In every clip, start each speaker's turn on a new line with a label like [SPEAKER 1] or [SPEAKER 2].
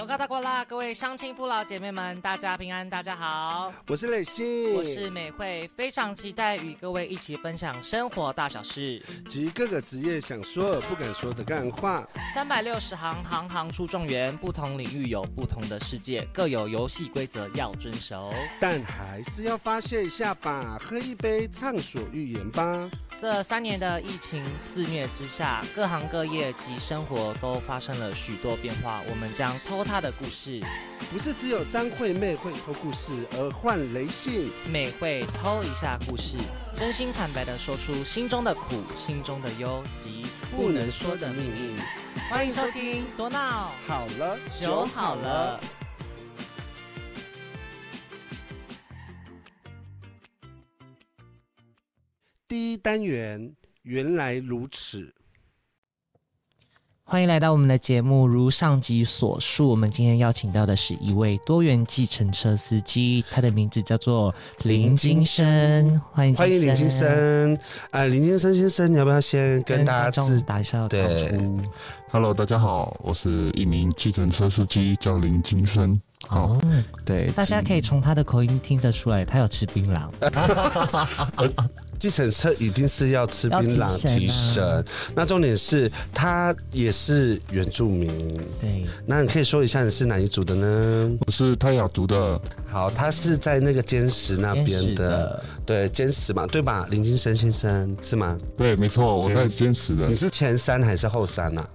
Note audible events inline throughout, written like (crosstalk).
[SPEAKER 1] 罗嘎大过啦，各位乡亲父老姐妹们，大家平安，大家好，
[SPEAKER 2] 我是磊鑫，
[SPEAKER 1] 我是美惠，非常期待与各位一起分享生活大小事
[SPEAKER 2] 及各个职业想说而不敢说的干话。
[SPEAKER 1] 三百六十行，行行出状元，不同领域有不同的世界，各有游戏规则要遵守，
[SPEAKER 2] 但还是要发泄一下吧，喝一杯畅所欲言吧。
[SPEAKER 1] 这三年的疫情肆虐之下，各行各业及生活都发生了许多变化。我们将偷他的故事，
[SPEAKER 2] 不是只有张惠妹会偷故事，而换雷信
[SPEAKER 1] 每会偷一下故事，真心坦白的说出心中的苦、心中的忧及不能说的秘密。。欢迎收听《多闹
[SPEAKER 2] 好了，
[SPEAKER 1] 酒好了》。。
[SPEAKER 2] 第一单元原来如此，
[SPEAKER 1] 欢迎来到我们的节目。如上集所述，我们今天邀请到的是一位多元计程车司机，他的名字叫做林金生。欢迎
[SPEAKER 2] 欢迎林金，生。呃，林金生先生，你要不要先跟大家
[SPEAKER 1] 听
[SPEAKER 2] 自
[SPEAKER 1] 众打一下招
[SPEAKER 2] 对
[SPEAKER 1] 呼。
[SPEAKER 3] Hello，大家好，我是一名计程车司机，叫林金生。好，
[SPEAKER 1] 哦，
[SPEAKER 3] 对，
[SPEAKER 1] 大家可以从他的口音听得出来，他有吃槟榔。
[SPEAKER 2] 嗯计程车一定是要吃槟榔
[SPEAKER 1] 要提
[SPEAKER 2] 提
[SPEAKER 1] 神啊
[SPEAKER 2] 神，那重点是他也是原住民。
[SPEAKER 1] 对，
[SPEAKER 2] 那你可以说一下你是哪一组的呢？
[SPEAKER 3] 我是泰雅族的，
[SPEAKER 2] 好，他是在那个坚石那
[SPEAKER 1] 天
[SPEAKER 2] 边
[SPEAKER 1] 使
[SPEAKER 2] 的，
[SPEAKER 1] 的
[SPEAKER 2] 对，坚石嘛，对吧？林金生先生是吗？
[SPEAKER 3] 对，没错，我在坚持的
[SPEAKER 2] 你，是前三还是后三啊呐、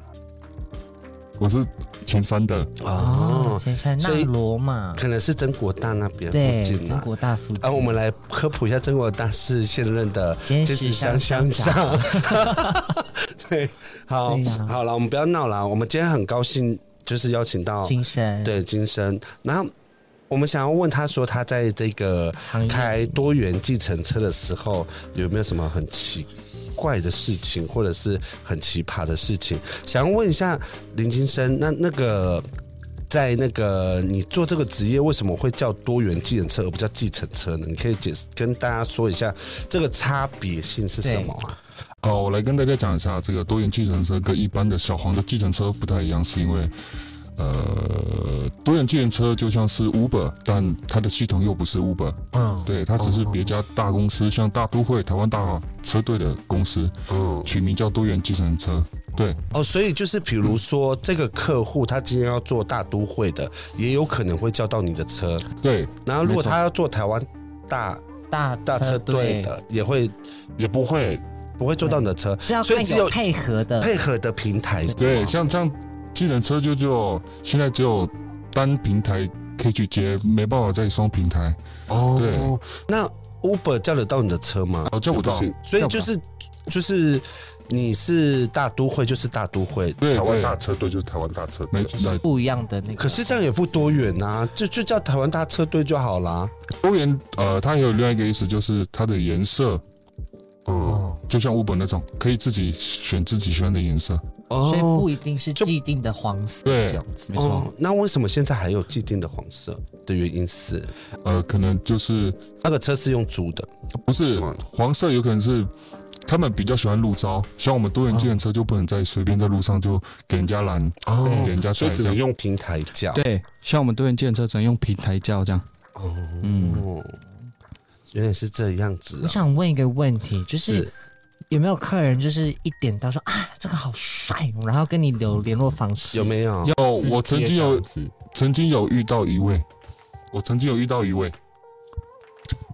[SPEAKER 3] 我是前三的，
[SPEAKER 1] 哦，
[SPEAKER 2] 哦，
[SPEAKER 1] 先生那
[SPEAKER 2] 所以
[SPEAKER 1] 罗嘛，
[SPEAKER 2] 可能是曾国大那边
[SPEAKER 1] 对，
[SPEAKER 2] 附近
[SPEAKER 1] 中
[SPEAKER 2] 啊。
[SPEAKER 1] 国大附近。
[SPEAKER 2] 啊，我们来科普一下，曾国大是现任的
[SPEAKER 1] 坚持
[SPEAKER 2] 乡
[SPEAKER 1] 乡
[SPEAKER 2] 长。 (laughs) 对，好
[SPEAKER 1] 对呀，
[SPEAKER 2] 好了，我们不要闹了。我们今天很高兴，就是邀请到
[SPEAKER 1] 精神
[SPEAKER 2] 对金生，然后我们想要问他说，他在这个
[SPEAKER 1] 行业
[SPEAKER 2] 开多元计程车的时候，有没有什么很奇怪的事情，或者是很奇葩的事情？想要问一下林金生，那那个在那个你做这个职业，为什么会叫多元计程车而不叫计程车呢？你可以解释跟大家说一下这个差别性是什么啊？
[SPEAKER 3] 哦，我来跟大家讲一下，这个多元计程车跟一般的小黄的计程车不太一样，是因为，呃，多元计程车就像是 Uber，但它的系统又不是 Uber，
[SPEAKER 2] 嗯，
[SPEAKER 3] 对，它只是别家大公司，像大都会、台湾大车队的公司，
[SPEAKER 2] 嗯，
[SPEAKER 3] 取名叫多元计程车。对，
[SPEAKER 2] 哦，所以就是比如说，这个客户他今天要做大都会的，也有可能会叫到你的车。
[SPEAKER 3] 对，
[SPEAKER 2] 然后如果
[SPEAKER 3] 没错
[SPEAKER 2] 他要做台湾大
[SPEAKER 1] 大
[SPEAKER 2] 大车队的，也会也不会不会坐到你的车，
[SPEAKER 1] 是要
[SPEAKER 2] 所以
[SPEAKER 1] 看
[SPEAKER 2] 只有
[SPEAKER 1] 有配合的，
[SPEAKER 2] 配合的平台是
[SPEAKER 3] 对，
[SPEAKER 2] 吗
[SPEAKER 3] 像这样，计程车就只有现在只有单平台可以去接，没办法再双平台。
[SPEAKER 2] 哦，那 Uber 叫得到你的车吗？
[SPEAKER 3] 哦叫不到
[SPEAKER 2] 也是所以就是就是你是大都会就是大都会，
[SPEAKER 3] 对
[SPEAKER 2] 台湾
[SPEAKER 3] 对
[SPEAKER 2] 大车队就是台湾大车
[SPEAKER 3] 没
[SPEAKER 2] 队。
[SPEAKER 3] 那
[SPEAKER 1] 不一样的那个。
[SPEAKER 2] 可是这样也不多远啊，就就叫台湾大车队就好啦。
[SPEAKER 3] 多元呃，它也有另外一个意思，就是它的颜色，
[SPEAKER 2] 嗯，
[SPEAKER 3] 就像 Uber 那种，可以自己选自己喜欢的颜色。
[SPEAKER 1] 所以
[SPEAKER 2] 哦
[SPEAKER 1] 不一定是
[SPEAKER 2] 就
[SPEAKER 1] 既定的黄色
[SPEAKER 3] 对
[SPEAKER 1] 这样子
[SPEAKER 3] 没。错
[SPEAKER 2] 哦，那为什么现在还有既定的黄色的原因是
[SPEAKER 3] 呃，可能就是
[SPEAKER 2] 那个车是用租的？
[SPEAKER 3] 不是
[SPEAKER 2] 是吗
[SPEAKER 3] 黄色，有可能是。他们比较喜欢路招，像我们多元计程车就不能再随便在路上就给人家拦，
[SPEAKER 2] 哦
[SPEAKER 3] 给人家
[SPEAKER 2] 所
[SPEAKER 3] 甩
[SPEAKER 2] 以只
[SPEAKER 3] 这
[SPEAKER 2] 能
[SPEAKER 3] 样。
[SPEAKER 2] 用平台叫。
[SPEAKER 4] 对，像我们多元建车只能用平台叫这样。
[SPEAKER 2] 哦，
[SPEAKER 4] 嗯，
[SPEAKER 2] 原来是这样子、
[SPEAKER 1] 我
[SPEAKER 2] 啊。
[SPEAKER 1] 想问一个问题，就是有没有客人就是一点到说啊这个好帅，哦然后跟你留联络方式？
[SPEAKER 2] 有没有？
[SPEAKER 3] 有，哦我曾经有
[SPEAKER 4] 子
[SPEAKER 3] 曾经有遇到一位，我曾经有遇到一位，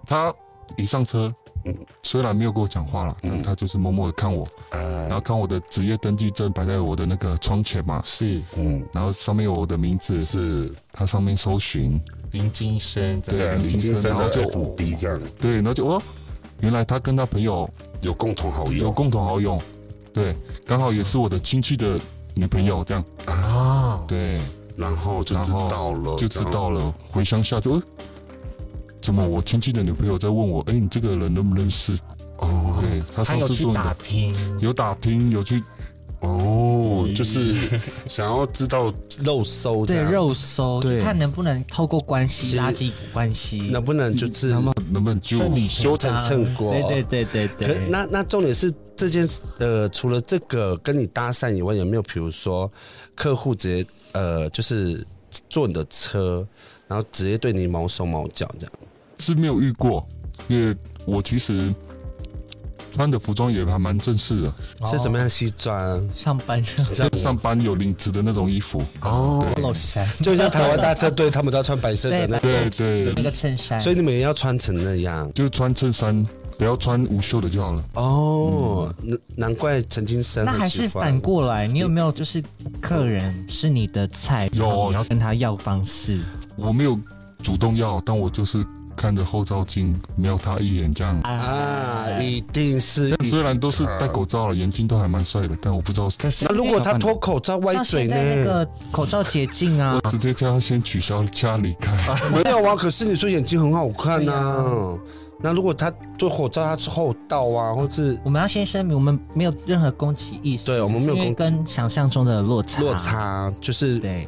[SPEAKER 3] 他一上车，
[SPEAKER 2] 嗯
[SPEAKER 3] 虽然没有跟我讲话了，但他就是默默的看我，
[SPEAKER 2] 哎
[SPEAKER 3] 然后看我的职业登记证摆在我的那个窗前嘛，
[SPEAKER 5] 是
[SPEAKER 2] 嗯，
[SPEAKER 3] 然后上面有我的名字，
[SPEAKER 2] 是
[SPEAKER 3] 他上面搜寻，
[SPEAKER 5] 林金生这
[SPEAKER 3] 对
[SPEAKER 5] 样，
[SPEAKER 3] 林金生，然后就
[SPEAKER 2] 哎这样
[SPEAKER 3] 对，然后就哦，原来他跟他朋友
[SPEAKER 2] 有共同好
[SPEAKER 3] 有共同好友，对，刚好也是我的亲戚的女朋友，这样，
[SPEAKER 2] 啊，
[SPEAKER 3] 对，
[SPEAKER 2] 然后就
[SPEAKER 3] 知道
[SPEAKER 2] 了
[SPEAKER 3] 就知道了。回乡下就，呃怎么我亲戚的女朋友在问我，哎、你这个人认不认识？
[SPEAKER 2] 哦
[SPEAKER 3] 对，他
[SPEAKER 5] 他
[SPEAKER 3] 上
[SPEAKER 5] 有
[SPEAKER 3] 次
[SPEAKER 5] 去
[SPEAKER 3] 做你
[SPEAKER 5] 打
[SPEAKER 3] 的，
[SPEAKER 5] 听，
[SPEAKER 3] 有打听，有去，
[SPEAKER 2] 哦，就是
[SPEAKER 3] (laughs)
[SPEAKER 2] 想要知道肉搜这
[SPEAKER 1] 对
[SPEAKER 2] 样，
[SPEAKER 1] 肉搜，
[SPEAKER 4] 对
[SPEAKER 1] 就看能不能透过关系
[SPEAKER 2] 是
[SPEAKER 1] 拉近关系。啊
[SPEAKER 2] 能不能
[SPEAKER 1] 嗯
[SPEAKER 2] 就是
[SPEAKER 3] 那么能不能就
[SPEAKER 5] 顺理
[SPEAKER 2] 修成正果？
[SPEAKER 1] 对对对对
[SPEAKER 2] 可
[SPEAKER 1] 对，
[SPEAKER 2] 那那重点是这件事，呃，除了这个跟你搭讪以外，有没有比如说客户直接呃，就是坐你的车，然后直接对你毛手毛脚这样？
[SPEAKER 3] 是没有遇过，因为我其实穿的服装也还蛮正式的，
[SPEAKER 2] 是怎么样西装啊？
[SPEAKER 1] 哦上班上
[SPEAKER 2] (laughs)
[SPEAKER 1] (laughs)
[SPEAKER 3] 像上班有领子的那种衣服。
[SPEAKER 2] 哦
[SPEAKER 3] 对
[SPEAKER 1] 露衫，
[SPEAKER 2] 就像台湾大车队，他们都要穿白色的那，
[SPEAKER 3] 对
[SPEAKER 1] 那
[SPEAKER 3] 对，
[SPEAKER 1] 个衬
[SPEAKER 3] 哎
[SPEAKER 1] 衫，
[SPEAKER 2] 所以你们也要穿成那样
[SPEAKER 3] 就穿衬衫，不要穿无袖的就好了。
[SPEAKER 2] 哦。难难怪陈金生
[SPEAKER 1] 那还
[SPEAKER 2] 很喜
[SPEAKER 1] 是
[SPEAKER 2] 欢
[SPEAKER 1] 反过来，你有没有就是客人是你的菜，
[SPEAKER 3] 有
[SPEAKER 1] 然后你要跟他要方式
[SPEAKER 3] 我没有主动要，但我就是看着后照镜瞄他一眼这样。
[SPEAKER 2] 啊，一定是
[SPEAKER 3] 这。样虽然都是戴口罩了，眼睛都还蛮帅的，但我不知道是，
[SPEAKER 1] 可是
[SPEAKER 2] 那如果他脱口罩歪
[SPEAKER 1] 像
[SPEAKER 2] 嘴
[SPEAKER 1] 现
[SPEAKER 2] 呢？
[SPEAKER 1] 在那个口罩捷径啊，
[SPEAKER 3] 直接叫他先取消，叫他离开。
[SPEAKER 2] 没有啊，可是你说眼睛很好看
[SPEAKER 1] 对
[SPEAKER 2] 呐、
[SPEAKER 1] 啊
[SPEAKER 2] 那如果他做口罩，他是厚道啊，或是
[SPEAKER 1] 我们要先声明，我们没有任何攻击意识，
[SPEAKER 2] 对我们没有
[SPEAKER 1] 只是因为
[SPEAKER 2] 攻
[SPEAKER 1] 跟想象中的落差，
[SPEAKER 2] 落，差，就是
[SPEAKER 1] 对，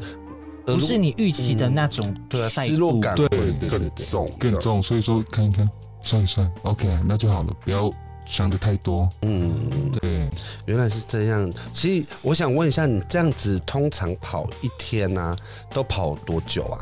[SPEAKER 2] 呃
[SPEAKER 1] 不是你预期的那种
[SPEAKER 2] 对啊，
[SPEAKER 1] 帅
[SPEAKER 2] 失落
[SPEAKER 1] 度
[SPEAKER 2] 感
[SPEAKER 3] 对
[SPEAKER 2] 会
[SPEAKER 3] 对
[SPEAKER 2] 更
[SPEAKER 3] 对
[SPEAKER 2] 重，
[SPEAKER 3] 更重，所以说看一看，算一算，OK，那就好了，不要想的太多。
[SPEAKER 2] 嗯，
[SPEAKER 3] 对，
[SPEAKER 2] 原来是这样。其实我想问一下，你这样子通常跑一天啊，都跑多久啊？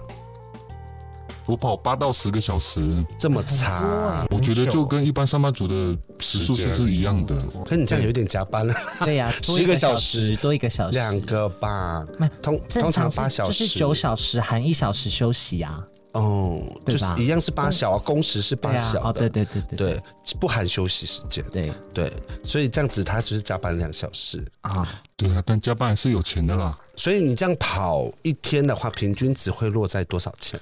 [SPEAKER 3] 我跑八到十个小时，
[SPEAKER 2] 这么差啊、
[SPEAKER 3] 我觉得就跟一般上班族的时速是是一样的。
[SPEAKER 1] 欸
[SPEAKER 2] 可你这样有点加班了，
[SPEAKER 1] 对呀，多
[SPEAKER 2] 十
[SPEAKER 1] 一
[SPEAKER 2] 个
[SPEAKER 1] 个
[SPEAKER 2] 小
[SPEAKER 1] 小
[SPEAKER 2] 时
[SPEAKER 1] 时，多一个小时，
[SPEAKER 2] 两个吧
[SPEAKER 1] 没，
[SPEAKER 2] 通
[SPEAKER 1] 正
[SPEAKER 2] 通常
[SPEAKER 1] 常是
[SPEAKER 2] 八小
[SPEAKER 1] 就
[SPEAKER 2] 时
[SPEAKER 1] 是九小时含一小时休息啊，
[SPEAKER 2] 哦，
[SPEAKER 1] 对
[SPEAKER 2] 就是
[SPEAKER 1] 吧
[SPEAKER 2] 一样是八小啊，工时是八
[SPEAKER 1] 对啊
[SPEAKER 2] 小
[SPEAKER 1] 哦，对对
[SPEAKER 2] 的，
[SPEAKER 1] 对对
[SPEAKER 2] 对，不含休息时间。
[SPEAKER 1] 对
[SPEAKER 2] 对，所以这样子他只是加班两小时。
[SPEAKER 1] 啊，
[SPEAKER 3] 对啊，但加班还是有钱的啦，
[SPEAKER 2] 所以你这样跑一天的话，平均只会落在多少钱？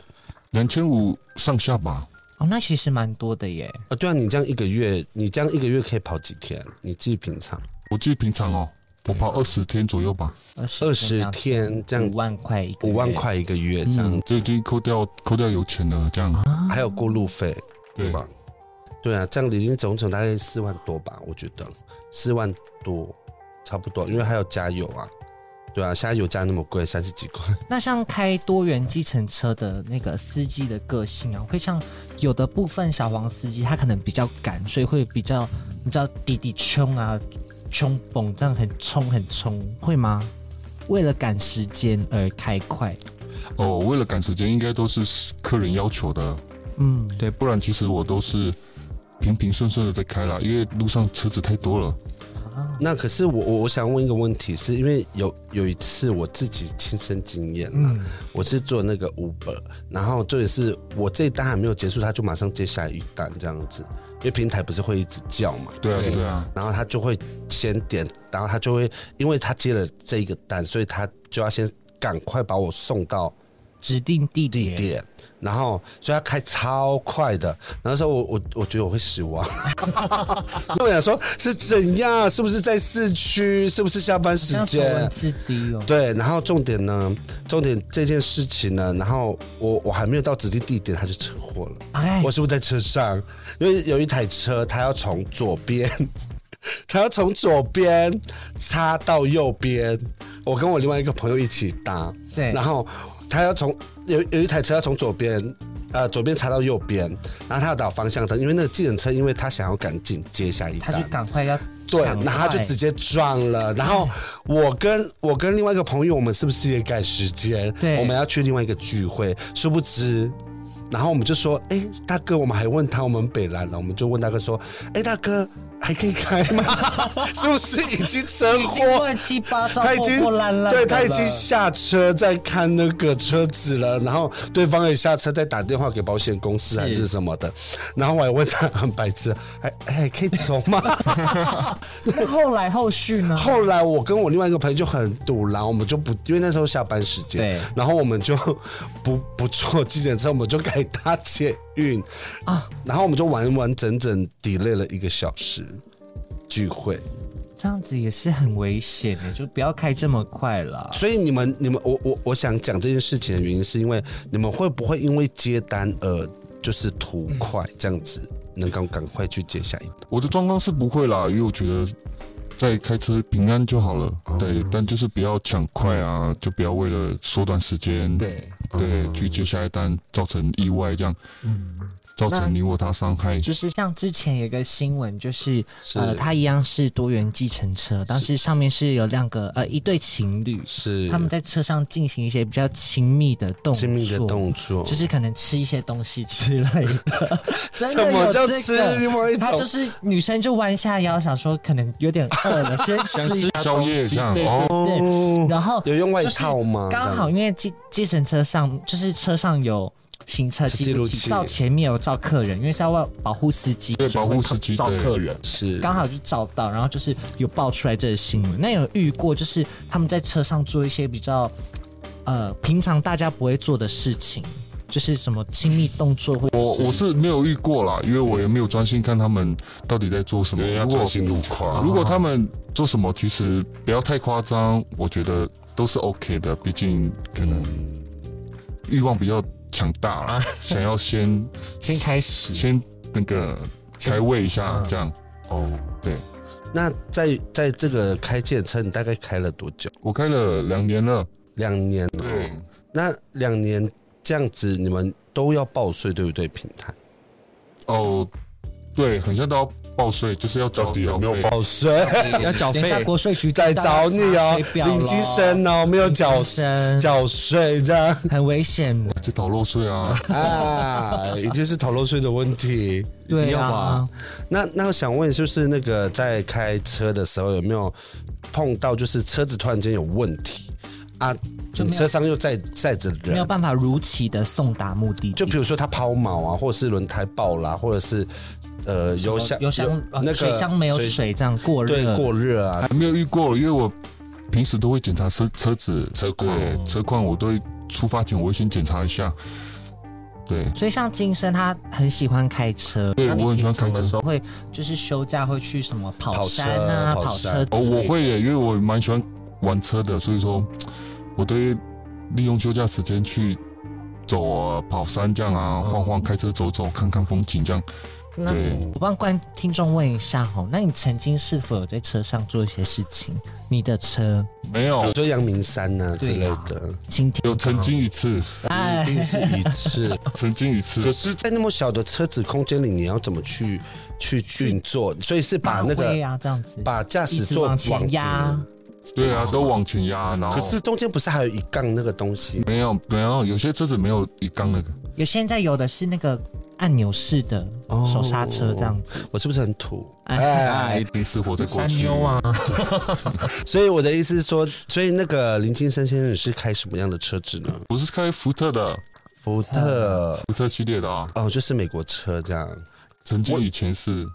[SPEAKER 3] 两千五上下吧。
[SPEAKER 1] 哦，那其实蛮多的耶，
[SPEAKER 2] 啊，对啊，你这样一个月，你这样一个月可以跑几天？你自己平常
[SPEAKER 3] 我记得平常哦，我
[SPEAKER 2] 嗯
[SPEAKER 3] 跑二十天左右吧，
[SPEAKER 2] 二十天这样
[SPEAKER 1] 五万块一个，
[SPEAKER 2] 五万，块一个月这样子，
[SPEAKER 3] 嗯这已经扣掉扣掉油钱了，这样。
[SPEAKER 1] 啊
[SPEAKER 2] 还有过路费，
[SPEAKER 3] 对
[SPEAKER 2] 吧？对啊，这样零零总总大概四万多吧，我觉得四万多差不多，因为还有加油啊。对啊，现在油价那么贵，三十几块。
[SPEAKER 1] 那像开多元计程车的那个司机的个性啊，会像有的部分小黄司机他可能比较赶，所以会比较比较滴滴冲啊，冲蹦这样很冲很冲，会吗？为了赶时间而开快，
[SPEAKER 3] 哦，为了赶时间，应该都是客人要求的，
[SPEAKER 1] 嗯，
[SPEAKER 3] 对，不然其实我都是平平顺顺的在开啦，因为路上车子太多了。
[SPEAKER 1] 啊，
[SPEAKER 2] 那可是我我我想问一个问题，是因为有有一次我自己亲身经验啦，
[SPEAKER 1] 嗯，
[SPEAKER 2] 我是做那个 Uber，然后这也是我这一单还没有结束，他就马上接下一单这样子，因为平台不是会一直叫嘛，
[SPEAKER 3] 对啊，
[SPEAKER 2] 就是
[SPEAKER 3] 对啊，
[SPEAKER 2] 然后他就会先点，然后他就会因为他接了这一个单，所以他就要先赶快把我送到
[SPEAKER 1] 指定地
[SPEAKER 2] 地
[SPEAKER 1] 点，
[SPEAKER 2] 点，然后所以他开超快的，然后说我我我觉得我会死亡，因为我想说是怎样，啊是不是在市区，是不是下班时
[SPEAKER 1] 像头
[SPEAKER 2] 间
[SPEAKER 1] 文？字 D 哦，
[SPEAKER 2] 对，然后重点呢，重点这件事情呢，然后我我还没有到指定地点，他就车祸了。
[SPEAKER 1] 哎
[SPEAKER 2] 我，是不是在车上？因为有一台车，它要从左边， (laughs) 它要从左边插到右边。我跟我另外一个朋友一起搭，
[SPEAKER 1] 对
[SPEAKER 2] 然后他要从有有一台车要从左边，呃，左边插到右边，然后他要打方向灯，因为那个计程车，因为他想要赶紧接下一
[SPEAKER 1] 他
[SPEAKER 2] 单
[SPEAKER 1] 就，赶快要
[SPEAKER 2] 对，
[SPEAKER 1] 抢
[SPEAKER 2] 然后他就
[SPEAKER 1] 快
[SPEAKER 2] 直接撞了。然后我跟我跟另外一个朋友，我们是不是也赶时间？
[SPEAKER 1] 对
[SPEAKER 2] 我们要去另外一个聚会，殊不知。然后我们就说，哎、大哥，我们还问他，我们北兰了，我们就问大哥说，哎、大哥还可以开吗？是不是已经车
[SPEAKER 1] 已
[SPEAKER 2] 祸
[SPEAKER 1] 经？乱七八糟，
[SPEAKER 2] 他已经
[SPEAKER 1] 破破烂烂的
[SPEAKER 2] 对
[SPEAKER 1] 了，
[SPEAKER 2] 他已经下车在看那个车子了，然后对方也下车在打电话给保险公司还是什么的，然后我还问他很白痴，还还可以走吗？
[SPEAKER 1] 那后来后续呢？
[SPEAKER 2] 后来我跟我另外一个朋友就很堵然后我们就不，因为那时候下班时间，
[SPEAKER 1] 对
[SPEAKER 2] 然后我们就不不坐计程车，我们就改搭捷运啊
[SPEAKER 1] 啊，
[SPEAKER 2] 然后我们就完完整整 delay 了一个小时聚会。
[SPEAKER 1] 这样子也是很危险
[SPEAKER 2] (laughs)
[SPEAKER 1] 的，就不要开这么快了。
[SPEAKER 2] 所以你们你们我我我想讲这件事情的原因，是因为你们会不会因为接单而就是图快这样子，能够赶快去接下一单？
[SPEAKER 3] 我的状况是不会啦，因为我觉得在开车平安就好了。
[SPEAKER 1] 哦
[SPEAKER 3] 对，但就是不要抢快啊，就不要为了缩短时间，
[SPEAKER 1] 对，哦嗯
[SPEAKER 3] 对，去接下一单造成意外这样。造成你我他伤害。
[SPEAKER 1] 就是像之前有一个新闻，就是
[SPEAKER 2] 是
[SPEAKER 1] 呃，它一样是多元计程车，但是上面是有两个呃一对情侣，
[SPEAKER 2] 是
[SPEAKER 1] 他们在车上进行一些比较亲密的动作，
[SPEAKER 2] 亲密的动作，
[SPEAKER 1] 就是可能吃一些东西之类
[SPEAKER 2] (laughs)
[SPEAKER 1] 的，真
[SPEAKER 2] 什
[SPEAKER 1] 的
[SPEAKER 2] 么
[SPEAKER 1] 有
[SPEAKER 2] 叫
[SPEAKER 1] 这
[SPEAKER 2] 吃
[SPEAKER 1] 个。
[SPEAKER 2] 另外一
[SPEAKER 1] 他就
[SPEAKER 2] 种？
[SPEAKER 1] 是女生就弯下腰，想说可能有点饿了，先
[SPEAKER 2] (laughs)
[SPEAKER 3] 想
[SPEAKER 1] 吃一
[SPEAKER 3] 吃
[SPEAKER 1] 下
[SPEAKER 3] 宵
[SPEAKER 1] 东
[SPEAKER 3] 夜
[SPEAKER 1] 西
[SPEAKER 3] 这样
[SPEAKER 1] 对
[SPEAKER 3] 哦
[SPEAKER 1] 对对。
[SPEAKER 2] 哦，
[SPEAKER 1] 然后
[SPEAKER 2] (laughs) 有用外
[SPEAKER 1] 就是
[SPEAKER 2] 套吗？
[SPEAKER 1] 刚好因为计计程车上就是车上有行车记录
[SPEAKER 2] 记录器
[SPEAKER 1] 器，照前面有照客人，因为是要为保护司机，
[SPEAKER 3] 对
[SPEAKER 1] 所以
[SPEAKER 3] 保护
[SPEAKER 1] 会
[SPEAKER 3] 司机
[SPEAKER 1] 照
[SPEAKER 3] 对
[SPEAKER 1] 客人。
[SPEAKER 2] 是
[SPEAKER 1] 刚好就照到，然后就是有爆出来这个新闻。那有遇过就是他们在车上做一些比较呃平常大家不会做的事情，就是什么亲密动作或者
[SPEAKER 3] 我我是没有遇过啦，因为我也没有专心看他们到底在做什么。
[SPEAKER 2] 人要
[SPEAKER 3] 如
[SPEAKER 2] 专
[SPEAKER 3] 果
[SPEAKER 2] 心路况，
[SPEAKER 3] 如果他们做什么，其实不要太夸张，我觉得都是 OK 的。毕竟可能
[SPEAKER 2] 嗯
[SPEAKER 3] 欲望比较强大
[SPEAKER 2] 啊
[SPEAKER 3] 啦， (laughs) 想要
[SPEAKER 2] (laughs)
[SPEAKER 3] 先
[SPEAKER 1] 先开 (laughs) 始
[SPEAKER 3] 先那个开胃一下，这样。
[SPEAKER 2] 哦，
[SPEAKER 3] 对。
[SPEAKER 2] 那在在这个开建车，你大概开了多久？
[SPEAKER 3] 我开了两年了，
[SPEAKER 2] 两年哦。
[SPEAKER 3] 对，
[SPEAKER 2] 那两年这样子，你们都要报税，对不对？平台
[SPEAKER 3] 哦，对，很像都要报税，就是要找缴费。
[SPEAKER 1] (laughs)
[SPEAKER 2] 报税？
[SPEAKER 4] 要缴
[SPEAKER 1] 等一下
[SPEAKER 4] 费，
[SPEAKER 1] 国税局
[SPEAKER 2] 在找你哦，林金
[SPEAKER 1] 金
[SPEAKER 2] 生哦，没
[SPEAKER 1] (laughs)
[SPEAKER 2] 有缴
[SPEAKER 1] 生
[SPEAKER 2] 缴税这样
[SPEAKER 1] 很危险，
[SPEAKER 3] 这逃漏税啊，
[SPEAKER 2] (laughs) 啊，已经是逃漏税的问题。
[SPEAKER 1] 对
[SPEAKER 4] 要吧
[SPEAKER 1] 啊，
[SPEAKER 2] 那那我想问，就是那个在开车的时候有没有碰到，就是车子突然间有问题啊？
[SPEAKER 1] 就
[SPEAKER 2] 你
[SPEAKER 1] 没有
[SPEAKER 2] 车上又载载着
[SPEAKER 1] 没有
[SPEAKER 2] 人，
[SPEAKER 1] 办法如期的送达目的地。
[SPEAKER 2] 就比如说他抛锚啊，或者是轮胎爆啦、或者是呃油箱
[SPEAKER 1] 油箱呃
[SPEAKER 2] 那个
[SPEAKER 1] 水箱没有水，这样过热，
[SPEAKER 2] 对过热啊，
[SPEAKER 3] 还没有遇过，因为我平时都会检查车车子车
[SPEAKER 2] 况
[SPEAKER 3] 对车况，我都会出发前我会先检查一下。对，
[SPEAKER 1] 所以像金生他很喜欢开车，
[SPEAKER 3] 对
[SPEAKER 1] 那你
[SPEAKER 3] 我很喜欢
[SPEAKER 1] 平常
[SPEAKER 3] 开车
[SPEAKER 1] 的时候会就是休假会去什么跑
[SPEAKER 2] 跑
[SPEAKER 1] 山啊、
[SPEAKER 2] 车跑
[SPEAKER 1] 跑
[SPEAKER 2] 山
[SPEAKER 1] 车
[SPEAKER 3] 哦，
[SPEAKER 1] 之
[SPEAKER 3] 我
[SPEAKER 1] 类的
[SPEAKER 3] 会耶，因为我蛮喜欢玩车的，所以说我都会利用休假时间去走啊、跑山这样啊，晃晃开车走走，看看风景这样。
[SPEAKER 1] 那
[SPEAKER 3] 对
[SPEAKER 1] 我帮观听众问一下哦，那你曾经是否有在车上做一些事情？你的车，
[SPEAKER 3] 没有
[SPEAKER 2] 比如，说阳明山呐、之
[SPEAKER 1] 对
[SPEAKER 2] 类
[SPEAKER 1] 啊
[SPEAKER 2] 的，
[SPEAKER 1] 请听
[SPEAKER 3] 有曾经一次，
[SPEAKER 2] 一
[SPEAKER 1] 哎，
[SPEAKER 2] 定是一
[SPEAKER 1] (laughs)
[SPEAKER 2] 次。
[SPEAKER 3] 曾经
[SPEAKER 2] 可
[SPEAKER 3] 一次，
[SPEAKER 2] 是，在那么小的车子空间里，你要怎么去去运作？所以是把那
[SPEAKER 1] 拉灰
[SPEAKER 2] 个
[SPEAKER 1] 啊这样子，
[SPEAKER 2] 把驾驶
[SPEAKER 1] 一直
[SPEAKER 2] 座
[SPEAKER 1] 往
[SPEAKER 2] 往
[SPEAKER 1] 前压，哦
[SPEAKER 3] 对啊，都往前压，然后
[SPEAKER 2] 可是中间不是还有一杠那个东西吗？
[SPEAKER 3] 没有没有，有些车子没有一缸那个。
[SPEAKER 1] 有现在有的是那个按钮式的
[SPEAKER 2] 哦
[SPEAKER 1] 手刹车这样子，
[SPEAKER 2] 我是不是很土？
[SPEAKER 1] 哎，
[SPEAKER 3] 一定是活在过
[SPEAKER 1] 山
[SPEAKER 3] 去。
[SPEAKER 1] 妞啊，
[SPEAKER 2] 所以我的意思是说，所以那个林金生先生是开什么样的车子呢？
[SPEAKER 3] 我是开福特的，
[SPEAKER 2] 福特
[SPEAKER 3] 福特系列的啊。
[SPEAKER 2] 哦，就是美国车这样
[SPEAKER 3] 曾经
[SPEAKER 2] 我
[SPEAKER 3] 以前是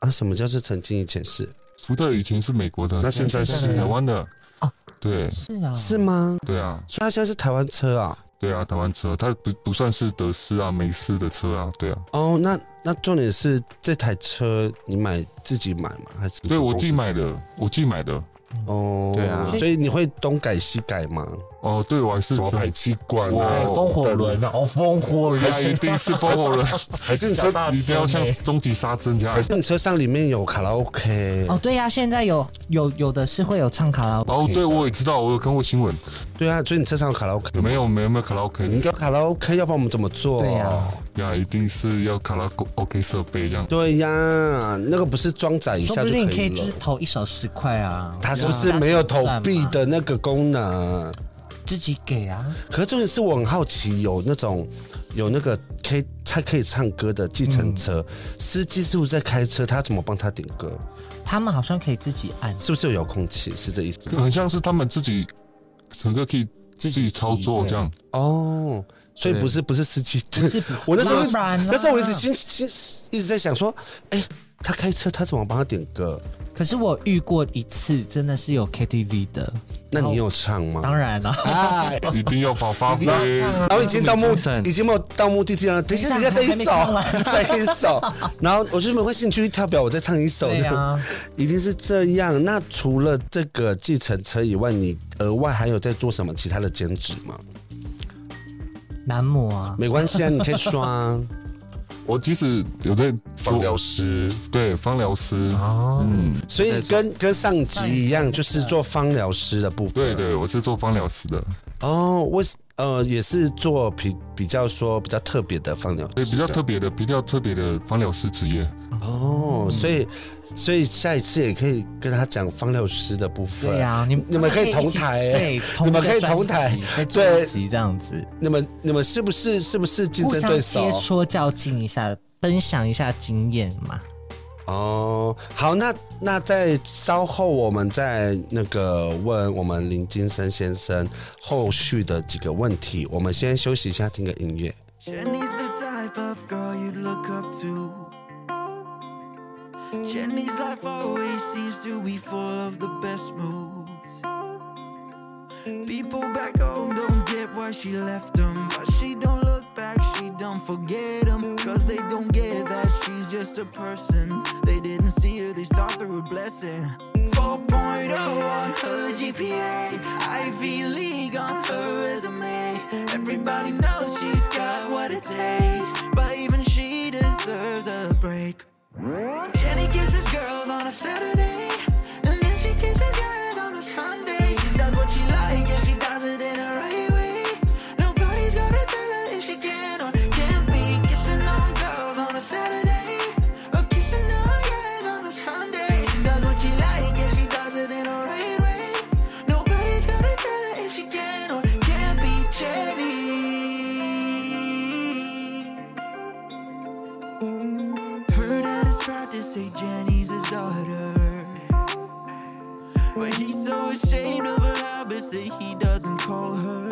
[SPEAKER 2] 啊？什么叫做曾经以前是
[SPEAKER 3] 福特，以前是美国的，
[SPEAKER 2] 那现在
[SPEAKER 3] 是
[SPEAKER 1] 是
[SPEAKER 3] 台湾的
[SPEAKER 1] 哦。
[SPEAKER 3] 对
[SPEAKER 1] 是啊，
[SPEAKER 2] 是吗？
[SPEAKER 3] 对啊，
[SPEAKER 2] 所以他现在是台湾车啊？
[SPEAKER 3] 对啊，台湾车，它不不算是德斯啊、美式的车啊，对啊。
[SPEAKER 2] 哦，那那重点是这台车你买自己买吗？还是
[SPEAKER 3] 对我自己买的，我自己买的。
[SPEAKER 2] 哦，
[SPEAKER 4] 对啊
[SPEAKER 2] 所以你会东改西改吗？
[SPEAKER 3] 哦，对我还是
[SPEAKER 2] 气管
[SPEAKER 3] 啊
[SPEAKER 2] 我
[SPEAKER 1] 风火轮啊，哦，风火轮，
[SPEAKER 3] (laughs) 哦那一定是风火轮，
[SPEAKER 2] 还是你车
[SPEAKER 1] 脚踏
[SPEAKER 3] 你不要
[SPEAKER 1] 车
[SPEAKER 3] 像
[SPEAKER 1] 呢
[SPEAKER 3] 终极沙阵这样
[SPEAKER 2] 还。是你啊车上里面有卡拉 OK？
[SPEAKER 1] 哦，对呀、现在有有有的是会有唱卡拉 OK，
[SPEAKER 3] 哦，对，我也知道，我有看过新闻，
[SPEAKER 2] 对啊，所以你车上有卡拉 OK 吗？
[SPEAKER 3] 没有没有没有卡拉
[SPEAKER 2] 你
[SPEAKER 3] OK，
[SPEAKER 2] 应该有卡拉 OK，要不然我们怎么做？
[SPEAKER 1] 对啊呀
[SPEAKER 3] 呀，一定是要卡拉 OK 设备这样。
[SPEAKER 2] 对呀，那个不是装载一
[SPEAKER 1] 说
[SPEAKER 2] 下
[SPEAKER 1] 不
[SPEAKER 2] 就
[SPEAKER 1] 定你
[SPEAKER 2] 可
[SPEAKER 1] 可以
[SPEAKER 2] 以
[SPEAKER 1] 就
[SPEAKER 2] 了
[SPEAKER 1] 是。投一手十块啊，
[SPEAKER 2] 它是不是没有投币的那个功能？
[SPEAKER 1] 自己给啊？
[SPEAKER 2] 可是重点是我很好奇，有那种有那个可以他可以唱歌的计程车、
[SPEAKER 1] 嗯
[SPEAKER 2] 司机，是不是在开车？他怎么帮他点歌？
[SPEAKER 1] 他们好像可以自己按，
[SPEAKER 2] 是不是有遥控器？是这意思吗？
[SPEAKER 3] 很像是他们自己乘客可以自己操作这样。
[SPEAKER 2] 哦，所以不是不是司机，
[SPEAKER 1] 是不
[SPEAKER 2] (laughs) 我那时候
[SPEAKER 1] 当然啦
[SPEAKER 2] 那时候我一直心心一直在想说，哎、他开车，他怎么帮他点歌？
[SPEAKER 1] 可是我遇过一次，真的是有 KTV 的，
[SPEAKER 2] 那你有唱吗？
[SPEAKER 1] 当然了，
[SPEAKER 2] 哎，
[SPEAKER 3] (laughs) 一定要啊把发挥，
[SPEAKER 2] 然后已经到目
[SPEAKER 4] 精神
[SPEAKER 2] 已经没有到目的地了，等一下，等
[SPEAKER 1] 等
[SPEAKER 2] 一
[SPEAKER 1] 一
[SPEAKER 2] 下
[SPEAKER 1] 下
[SPEAKER 2] 再一
[SPEAKER 1] 还没唱，
[SPEAKER 2] 首再一首，然后我就没关系，你继续跳表，我再唱一首。
[SPEAKER 1] 对啊，
[SPEAKER 2] 一定是这样。那除了这个计程车以外，你额外还有在做什么其他的兼职吗？
[SPEAKER 1] 男模啊，
[SPEAKER 2] 没关系啊，你可以刷、啊。
[SPEAKER 3] 我其实有在做
[SPEAKER 2] 师，
[SPEAKER 3] 对芳疗师，
[SPEAKER 1] 哦，
[SPEAKER 3] 嗯，
[SPEAKER 2] 所以跟跟上集一样，就是做芳疗师的部分。
[SPEAKER 3] 对对，我是做芳疗师的。
[SPEAKER 2] 哦，为什呃，也是做比比较说比较特别的放疗，
[SPEAKER 3] 所以比较特别的、比较特别的芳疗师职业，
[SPEAKER 2] 哦，所以所以下一次也可以跟他讲芳疗师的部分。
[SPEAKER 1] 对呀、啊，你
[SPEAKER 2] 你们可以同台欸
[SPEAKER 1] 对，
[SPEAKER 2] 你
[SPEAKER 1] 同一
[SPEAKER 2] 们
[SPEAKER 1] 个
[SPEAKER 2] 可以
[SPEAKER 1] 专
[SPEAKER 2] 同台
[SPEAKER 1] 辑在
[SPEAKER 2] 对
[SPEAKER 1] 专辑这样子，
[SPEAKER 2] 你们你们是不是是不是竞
[SPEAKER 1] 互
[SPEAKER 2] 争
[SPEAKER 1] 相
[SPEAKER 2] 对手
[SPEAKER 1] 切？磋较劲一下，分享一下经验嘛。
[SPEAKER 2] 哦，好，那那在稍后我们再那个问我们林金生先生后续的几个问题，我们先休息一下，听个音乐。
[SPEAKER 5] Jenny's the type of girl you'd look up to. Jenny's life always seems to be full of the best moves. People back home don't get why she left them, but she don't look back, she don't forget them. Cause they don't get that she's just a person. They didn't see her, they saw through her blessing. 4.0 on her GPA, Ivy League on her resume. Everybody knows she's got what it takes, but even she deserves a break. Jenny kisses girls on a Saturday, and then she kisses guys on a Sunday. She does what she likes, and she does it in her right way. Nobody's gonna tell her if she can or can't be kissing on girls on a Saturday, or kissing on guys on a Sunday. She does what she likes, and she does it in her right way. Nobody's gonna tell her if she can or can't be Jenny. Heard at his practice say Jenny's his daughter. But he's so ashamed of her habits that he doesn't call her.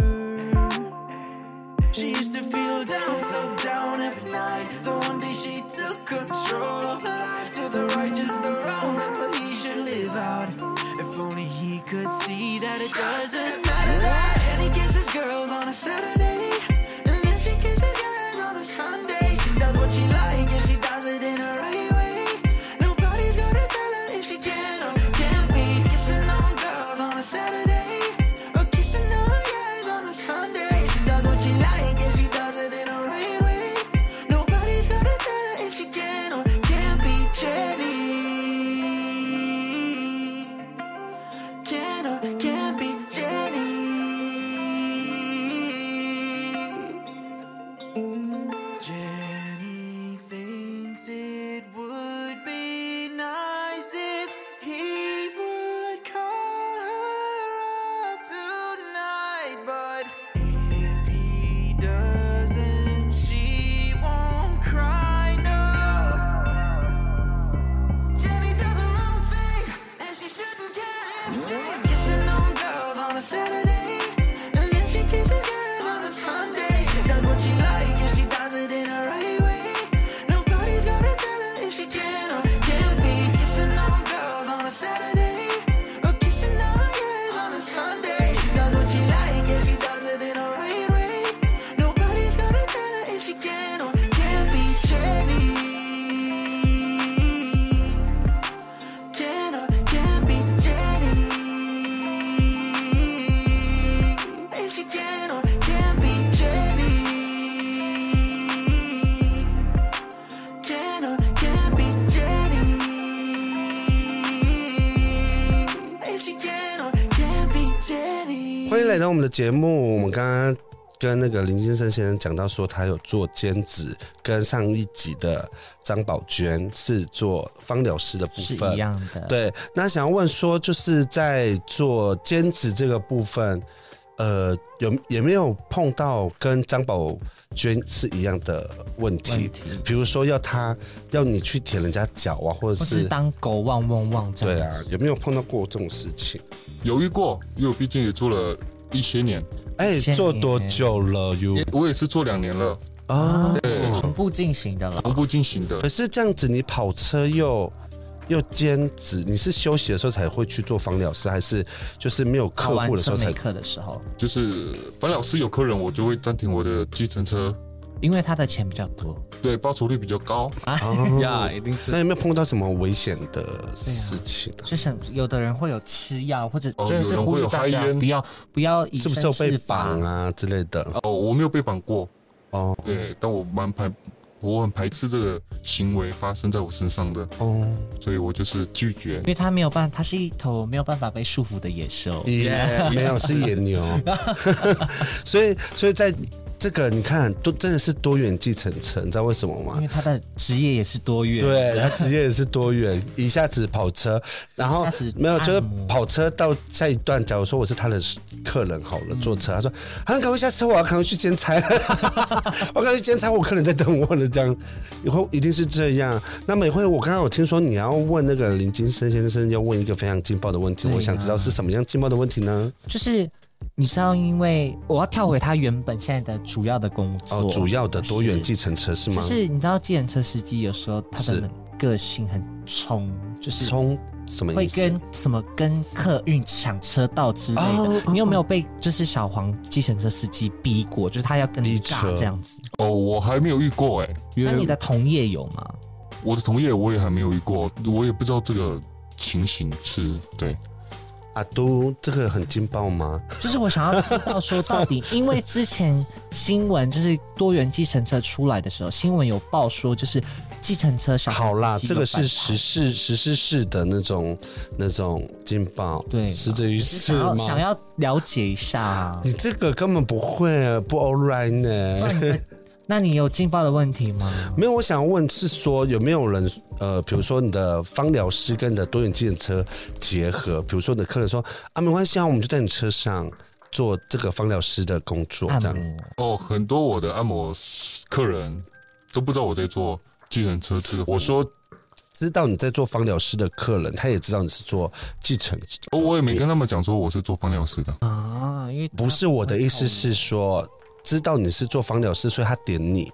[SPEAKER 5] She used to feel down, so down every night. The one day she took control of life to the righteous, the wrong, that's what he should live out. If only he could see that it doesn't matter that Jenny kisses girls on a Saturday. And then she kisses guys on a Sunday. She does what she likes and she does it in her right way. Nobody's gonna tell her if she can or can't be kissing on girls on a Saturday. Or kissing on guys on a Sunday. She does what she likes and she does it in her right way. Nobody's gonna tell her if she can or can't be Jenny. Can or can't be Jenny. Jenny thinks it would be nice if he would call her up tonight, but if he doesn't, she won't cry no. Jenny does her own thing, and she shouldn't care if she's kissing on girls on a Saturday, and then she kisses guys on a Sunday. She does what she likes, and she does it in her right way. Nobody's gonna tell her if she can or can't be kissing on girls on a Saturday, or kissing on guys on a Sunday. She does what she likes, and she does it in her right way. Nobody's gonna tell her if she can or can't be Jenny. Can or can't be Jenny. If she can or can't be Jenny. Can or can't be Jenny. If she can or can't be Jenny.
[SPEAKER 2] 欢迎来到我们的节目。我们刚刚跟那个林先生先生讲到说，他有做兼职，跟上一集的张宝娟是做芳疗师的部
[SPEAKER 1] 是
[SPEAKER 2] 分
[SPEAKER 1] 一。样的。，
[SPEAKER 2] 对，那想要问说，就是在做兼职这个部分，呃，有有没有碰到跟张宝娟是一样的问题
[SPEAKER 1] 问？题
[SPEAKER 2] 比如说要他要你去舔人家脚啊，或者
[SPEAKER 1] 或是
[SPEAKER 2] 是
[SPEAKER 1] 当狗汪汪汪这
[SPEAKER 2] 对
[SPEAKER 1] 样
[SPEAKER 2] 啊
[SPEAKER 1] 子。，
[SPEAKER 2] 有没有碰到过这种事情？
[SPEAKER 3] 犹豫过，因为我毕竟也做了一些年，
[SPEAKER 2] 哎、
[SPEAKER 1] 谢谢
[SPEAKER 2] 做多久了哟
[SPEAKER 3] 也？我也是做两年了，
[SPEAKER 2] 啊，
[SPEAKER 3] 对，
[SPEAKER 1] 同步进行的了。
[SPEAKER 3] 同步进行的
[SPEAKER 2] 可。是这样子，你跑车又又兼职，你是休息的时候才会去做芳疗师，还是就是没有
[SPEAKER 1] 考
[SPEAKER 2] 客
[SPEAKER 1] 哦完
[SPEAKER 2] 户的时
[SPEAKER 1] 车
[SPEAKER 2] 候
[SPEAKER 1] 没
[SPEAKER 2] 才？
[SPEAKER 1] 课的时候，
[SPEAKER 3] 就是樊老师有客人，我就会暂停我的计程车，
[SPEAKER 1] 因为他的钱比较多，
[SPEAKER 3] 对，报酬率比较高。
[SPEAKER 4] 呀，一定是
[SPEAKER 2] 那有没有碰到什么危险的事情啊？
[SPEAKER 1] 就是有的人会有吃药，或者
[SPEAKER 3] 哦
[SPEAKER 1] 真的是
[SPEAKER 3] 有人
[SPEAKER 1] 呼
[SPEAKER 3] 会
[SPEAKER 1] 吁
[SPEAKER 3] 有
[SPEAKER 1] 大
[SPEAKER 3] 嗨
[SPEAKER 1] 家
[SPEAKER 3] 烟
[SPEAKER 1] 不要不要以
[SPEAKER 2] 是不是
[SPEAKER 1] 身
[SPEAKER 2] 有被
[SPEAKER 1] 试法
[SPEAKER 3] 哦
[SPEAKER 2] 绑。啊之类的？
[SPEAKER 3] 哦，我没有被绑过，
[SPEAKER 2] 哦，
[SPEAKER 3] 对，但我蛮排，我很排斥这个行为发生在我身上的，
[SPEAKER 2] 哦，
[SPEAKER 3] 所以我就是拒绝
[SPEAKER 1] 因。为它没有办，它是一头没有办法被束缚的野兽。
[SPEAKER 2] 耶，没有是野牛，所以所以在这个你看，都真的是多元继承者，你知道为什么吗
[SPEAKER 1] 因？为他的职业也是多元，，
[SPEAKER 2] 啊对他职业也是多元，一下子跑车，然后
[SPEAKER 1] 一下子
[SPEAKER 2] 没有就是
[SPEAKER 1] 按摩
[SPEAKER 2] 跑车到下一段。假如说我是他的客人好了，坐
[SPEAKER 1] 嗯
[SPEAKER 2] 车，他说：“啊，赶快下车，我要赶快去兼差， (laughs) 我赶快去兼差，我客人在等我了。”这样以后一定是这样。那每回我刚刚有听说你要问那个林金生先生要问一个非常劲爆的问题，
[SPEAKER 1] 对呀
[SPEAKER 2] 我想知道是什么样劲爆的问题呢？
[SPEAKER 1] 就是你知道，因为我要跳回他原本现在的主要的工作，
[SPEAKER 2] 哦，主要的多元
[SPEAKER 1] 是
[SPEAKER 2] 计程车是吗？
[SPEAKER 1] 就是你知道，计程车司机有时候他
[SPEAKER 2] 是
[SPEAKER 1] 的个性很冲，就是
[SPEAKER 2] 冲什么
[SPEAKER 1] 会
[SPEAKER 2] 意思？
[SPEAKER 1] 跟什么跟客运抢车道之类的。
[SPEAKER 2] 哦哦
[SPEAKER 1] 你有没有被就是小黄计程车司机逼过？就是他要跟你
[SPEAKER 2] 逼
[SPEAKER 1] 尬
[SPEAKER 2] 车
[SPEAKER 1] 这样子。
[SPEAKER 3] 哦，我还没有遇过哎、
[SPEAKER 1] 那你
[SPEAKER 4] 约
[SPEAKER 1] 的同业有
[SPEAKER 2] (laughs)
[SPEAKER 1] 吗？
[SPEAKER 3] 我的同业我也还没有遇过，我也不知道这个情形是对。
[SPEAKER 2] 阿都这个很劲爆吗？
[SPEAKER 1] 就是我想要知道说到底，因为之前新闻就是多元计程车出来的时候，新闻有报说就是计程车小
[SPEAKER 2] 好啦，这个是
[SPEAKER 1] 实
[SPEAKER 2] 时事时事式的那种那种劲爆，
[SPEAKER 1] 对
[SPEAKER 2] 是这意思
[SPEAKER 1] 想要想
[SPEAKER 2] 吗？
[SPEAKER 1] 要了解一下啊、
[SPEAKER 2] 你这个根本不会，不 all
[SPEAKER 1] 哎
[SPEAKER 2] right 呢。
[SPEAKER 1] 那你有劲爆的问题吗？
[SPEAKER 2] 没有，我想问是说有没有人呃，比如说你的芳疗师跟你的多元计程车结合，比如说你的客人说啊，没关系啊，我们就在你车上做这个芳疗师的工作，
[SPEAKER 1] 按
[SPEAKER 2] 这
[SPEAKER 1] 摩
[SPEAKER 2] 样
[SPEAKER 3] 哦，很多我的按摩客人都不知道我在做计程车这个服务。
[SPEAKER 2] 我说知道你在做芳疗师的客人，他也知道你是做继承
[SPEAKER 3] 哦，我也没跟他们讲说我是做芳疗师的。
[SPEAKER 1] 啊，因为
[SPEAKER 2] 不是我的意思是说，知道你是做芳疗师，所以他点你，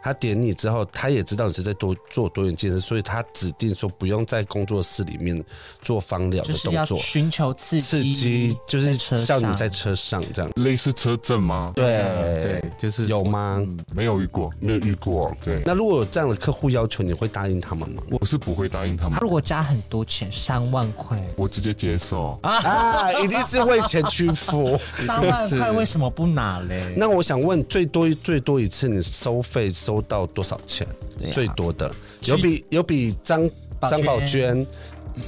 [SPEAKER 2] 他点你之后，他也知道你是在多做多元健身，所以他指定说不用在工作室里面做芳疗
[SPEAKER 1] 就
[SPEAKER 2] 的
[SPEAKER 1] 是要
[SPEAKER 2] 动作，
[SPEAKER 1] 寻求刺激，
[SPEAKER 2] 刺激就是
[SPEAKER 1] 车
[SPEAKER 2] 像你
[SPEAKER 1] 上
[SPEAKER 2] 在车上这样，
[SPEAKER 3] 类似车震吗？
[SPEAKER 2] 对嗯
[SPEAKER 4] 对，就是
[SPEAKER 2] 有吗？
[SPEAKER 3] 没有遇过，没有遇过。对，
[SPEAKER 2] 那如果有这样的客户要求，你会答应他们吗？
[SPEAKER 3] 我是不会答应他们
[SPEAKER 1] 他，如果加很多钱，三万块，
[SPEAKER 3] 我直接接受。
[SPEAKER 2] (laughs) 啊，一定是为钱屈 (laughs) 服。
[SPEAKER 1] 三万块为什么不拿嘞？
[SPEAKER 2] 那我想问，最多最多一次你收费收到多少钱？
[SPEAKER 1] 对啊
[SPEAKER 2] 最多的有比有比张
[SPEAKER 1] 宝
[SPEAKER 2] 张宝
[SPEAKER 1] 娟
[SPEAKER 2] 娟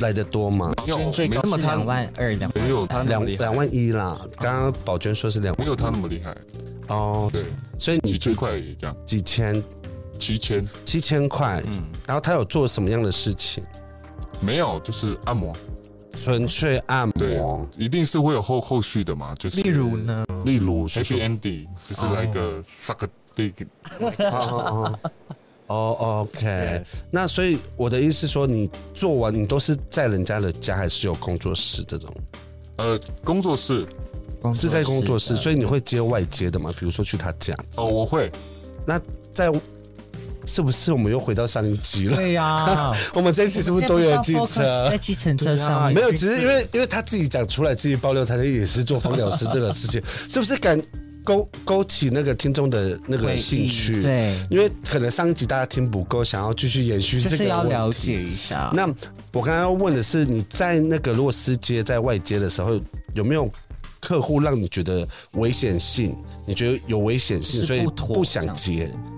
[SPEAKER 2] 来的多吗？
[SPEAKER 3] 没有，
[SPEAKER 1] 最
[SPEAKER 3] 没
[SPEAKER 1] 高
[SPEAKER 3] 有
[SPEAKER 1] 是
[SPEAKER 3] 他
[SPEAKER 1] 两万二，两万
[SPEAKER 3] 没有他
[SPEAKER 1] 三
[SPEAKER 3] 那
[SPEAKER 2] 两
[SPEAKER 3] 么厉害，
[SPEAKER 2] 两万一啦，刚刚宝娟说是两
[SPEAKER 3] 没
[SPEAKER 2] 万
[SPEAKER 3] 有他那么厉害。
[SPEAKER 2] 哦，
[SPEAKER 3] 对，
[SPEAKER 2] 所以
[SPEAKER 3] 骑
[SPEAKER 2] 你
[SPEAKER 3] 最快也这样，
[SPEAKER 2] 几千
[SPEAKER 3] 骑前
[SPEAKER 2] 七千块，然后他有做什么样的事情？
[SPEAKER 3] 没有，就是按摩。
[SPEAKER 2] 纯粹按
[SPEAKER 3] 对
[SPEAKER 2] 摩，，
[SPEAKER 3] 一定是会有后后续的嘛，就是
[SPEAKER 1] 例如呢，
[SPEAKER 2] 哦例如哦说
[SPEAKER 3] ，Happy Ending，就是来个 suck dick。
[SPEAKER 2] 哦哦哦哦，OK，那所以我的意思说，你做完你都是在人家的家，还是有工作室这种？
[SPEAKER 3] 呃，工作室
[SPEAKER 2] 是在工作室，
[SPEAKER 1] 啊
[SPEAKER 2] 所以你会接外接的嘛？比如说去他家，
[SPEAKER 3] 哦，我会，
[SPEAKER 2] 那在是不是我们又回到上一集了？
[SPEAKER 1] 对呀，
[SPEAKER 2] 我们这一期 (laughs) 是不是多元汽车啊
[SPEAKER 1] 在？计程车上
[SPEAKER 2] 没
[SPEAKER 1] 面，
[SPEAKER 2] 有，只是因为因为他自己讲出来，自己爆料，他也是做芳疗师这个事情，是不是敢勾勾起那个听众的那个
[SPEAKER 1] 回忆
[SPEAKER 2] 兴趣？，
[SPEAKER 1] 对，
[SPEAKER 2] 因为可能上一集大家听不够，想要继续延续
[SPEAKER 1] 就
[SPEAKER 2] 这个
[SPEAKER 1] 是要
[SPEAKER 2] 问题
[SPEAKER 1] 了解一下。
[SPEAKER 2] 那我刚刚要问的是，你在那个如果私接在外接的时候，有没有客户让你觉得危险性？你觉得有危险性，
[SPEAKER 1] 是
[SPEAKER 2] 所以
[SPEAKER 1] 不妥
[SPEAKER 2] 不想接
[SPEAKER 1] 这样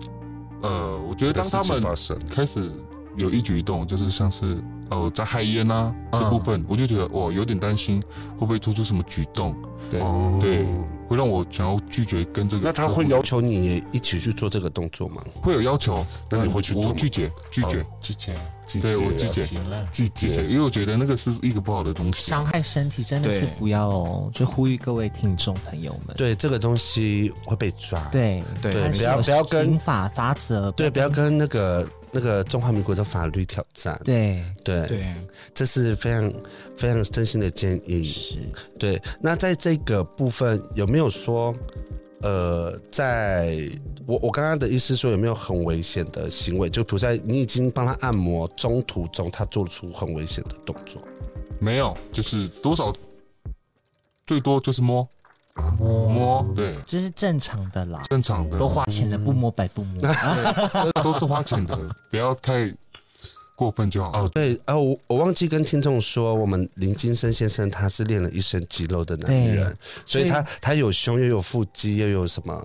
[SPEAKER 3] 呃，我觉得
[SPEAKER 2] 的
[SPEAKER 3] 当
[SPEAKER 2] 事
[SPEAKER 3] 他
[SPEAKER 2] 情
[SPEAKER 3] 们
[SPEAKER 2] 发生？
[SPEAKER 3] 开始有一举一动，就是像是呃在嗨烟啊
[SPEAKER 2] 嗯
[SPEAKER 3] 这部分，我就觉得我有点担心，会不会做出什么举动，
[SPEAKER 4] 对
[SPEAKER 2] 哦
[SPEAKER 3] 对，会让我想要拒绝跟这个。
[SPEAKER 2] 那他会要求你也一起去做这个动作吗？
[SPEAKER 3] 会有要求，嗯
[SPEAKER 2] 那你会去做
[SPEAKER 3] 我
[SPEAKER 2] 吗哦
[SPEAKER 3] 拒绝，拒绝，
[SPEAKER 4] 之前
[SPEAKER 3] 对我拒绝，拒绝，因为我觉得那个是一个不好的东西。
[SPEAKER 1] 伤害身体真的是
[SPEAKER 4] 对
[SPEAKER 1] 不要哦，就呼吁各位听众朋友们，
[SPEAKER 2] 对，这个东西会被抓。
[SPEAKER 1] 对
[SPEAKER 4] 对
[SPEAKER 1] 它是
[SPEAKER 2] 不要
[SPEAKER 1] 有
[SPEAKER 2] 不要跟
[SPEAKER 1] 刑法法则，
[SPEAKER 2] 对，不要跟那个那个中华民国的法律挑战。
[SPEAKER 1] 对
[SPEAKER 2] 对，
[SPEAKER 4] 对，
[SPEAKER 2] 这是非常非常真心的建议。
[SPEAKER 1] 是
[SPEAKER 2] 对，那在这个部分有没有说，呃，在我我刚刚的意思说有没有很危险的行为？就比如在你已经帮他按摩中途中，他做出很危险的动作，
[SPEAKER 3] 没有，就是多少，最多就是摸，摸，对，
[SPEAKER 1] 这是正常的啦，
[SPEAKER 3] 正常
[SPEAKER 2] 嗯
[SPEAKER 3] 的，
[SPEAKER 1] 都花钱了，不摸白不摸。
[SPEAKER 3] 都是
[SPEAKER 1] (laughs)
[SPEAKER 3] 花钱的，不要太过分就好。
[SPEAKER 2] 哦，对，哦，我我忘记跟听众说，我们林金生先生他是练了一身肌肉的男人，所以他他有胸又有腹肌，又有什么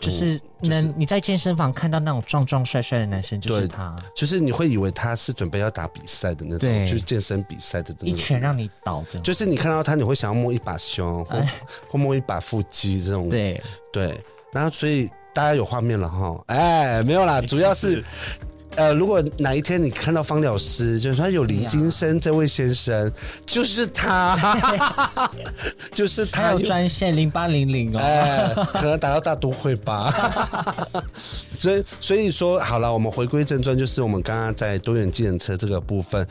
[SPEAKER 1] 就是
[SPEAKER 2] 嗯就
[SPEAKER 1] 能
[SPEAKER 2] 是
[SPEAKER 1] 你在健身房看到那种壮壮帅帅的男生，就是
[SPEAKER 2] 对
[SPEAKER 1] 他
[SPEAKER 2] 就是你会以为他是准备要打比赛的那种，
[SPEAKER 1] 对
[SPEAKER 2] 就是健身比赛的那种，
[SPEAKER 1] 一拳让你倒这样。
[SPEAKER 2] 就是你看到他，你会想要摸一把胸，或或摸一把腹肌这种。
[SPEAKER 1] 哎对，
[SPEAKER 2] 对，然后所以大家有画面了哈。 (laughs) 哎，没有啦，主要是。呃，如果哪一天你看到芳疗师，就是说有林金生这位先 (laughs) 生，就是他， (laughs) 就是
[SPEAKER 1] 还
[SPEAKER 2] 他
[SPEAKER 1] 有专线零八零零哦。
[SPEAKER 2] 哎，可能打到大都会吧。 (laughs) 所以，所以说好了，我们回归正传，就是我们刚刚在多元计程车这个部分，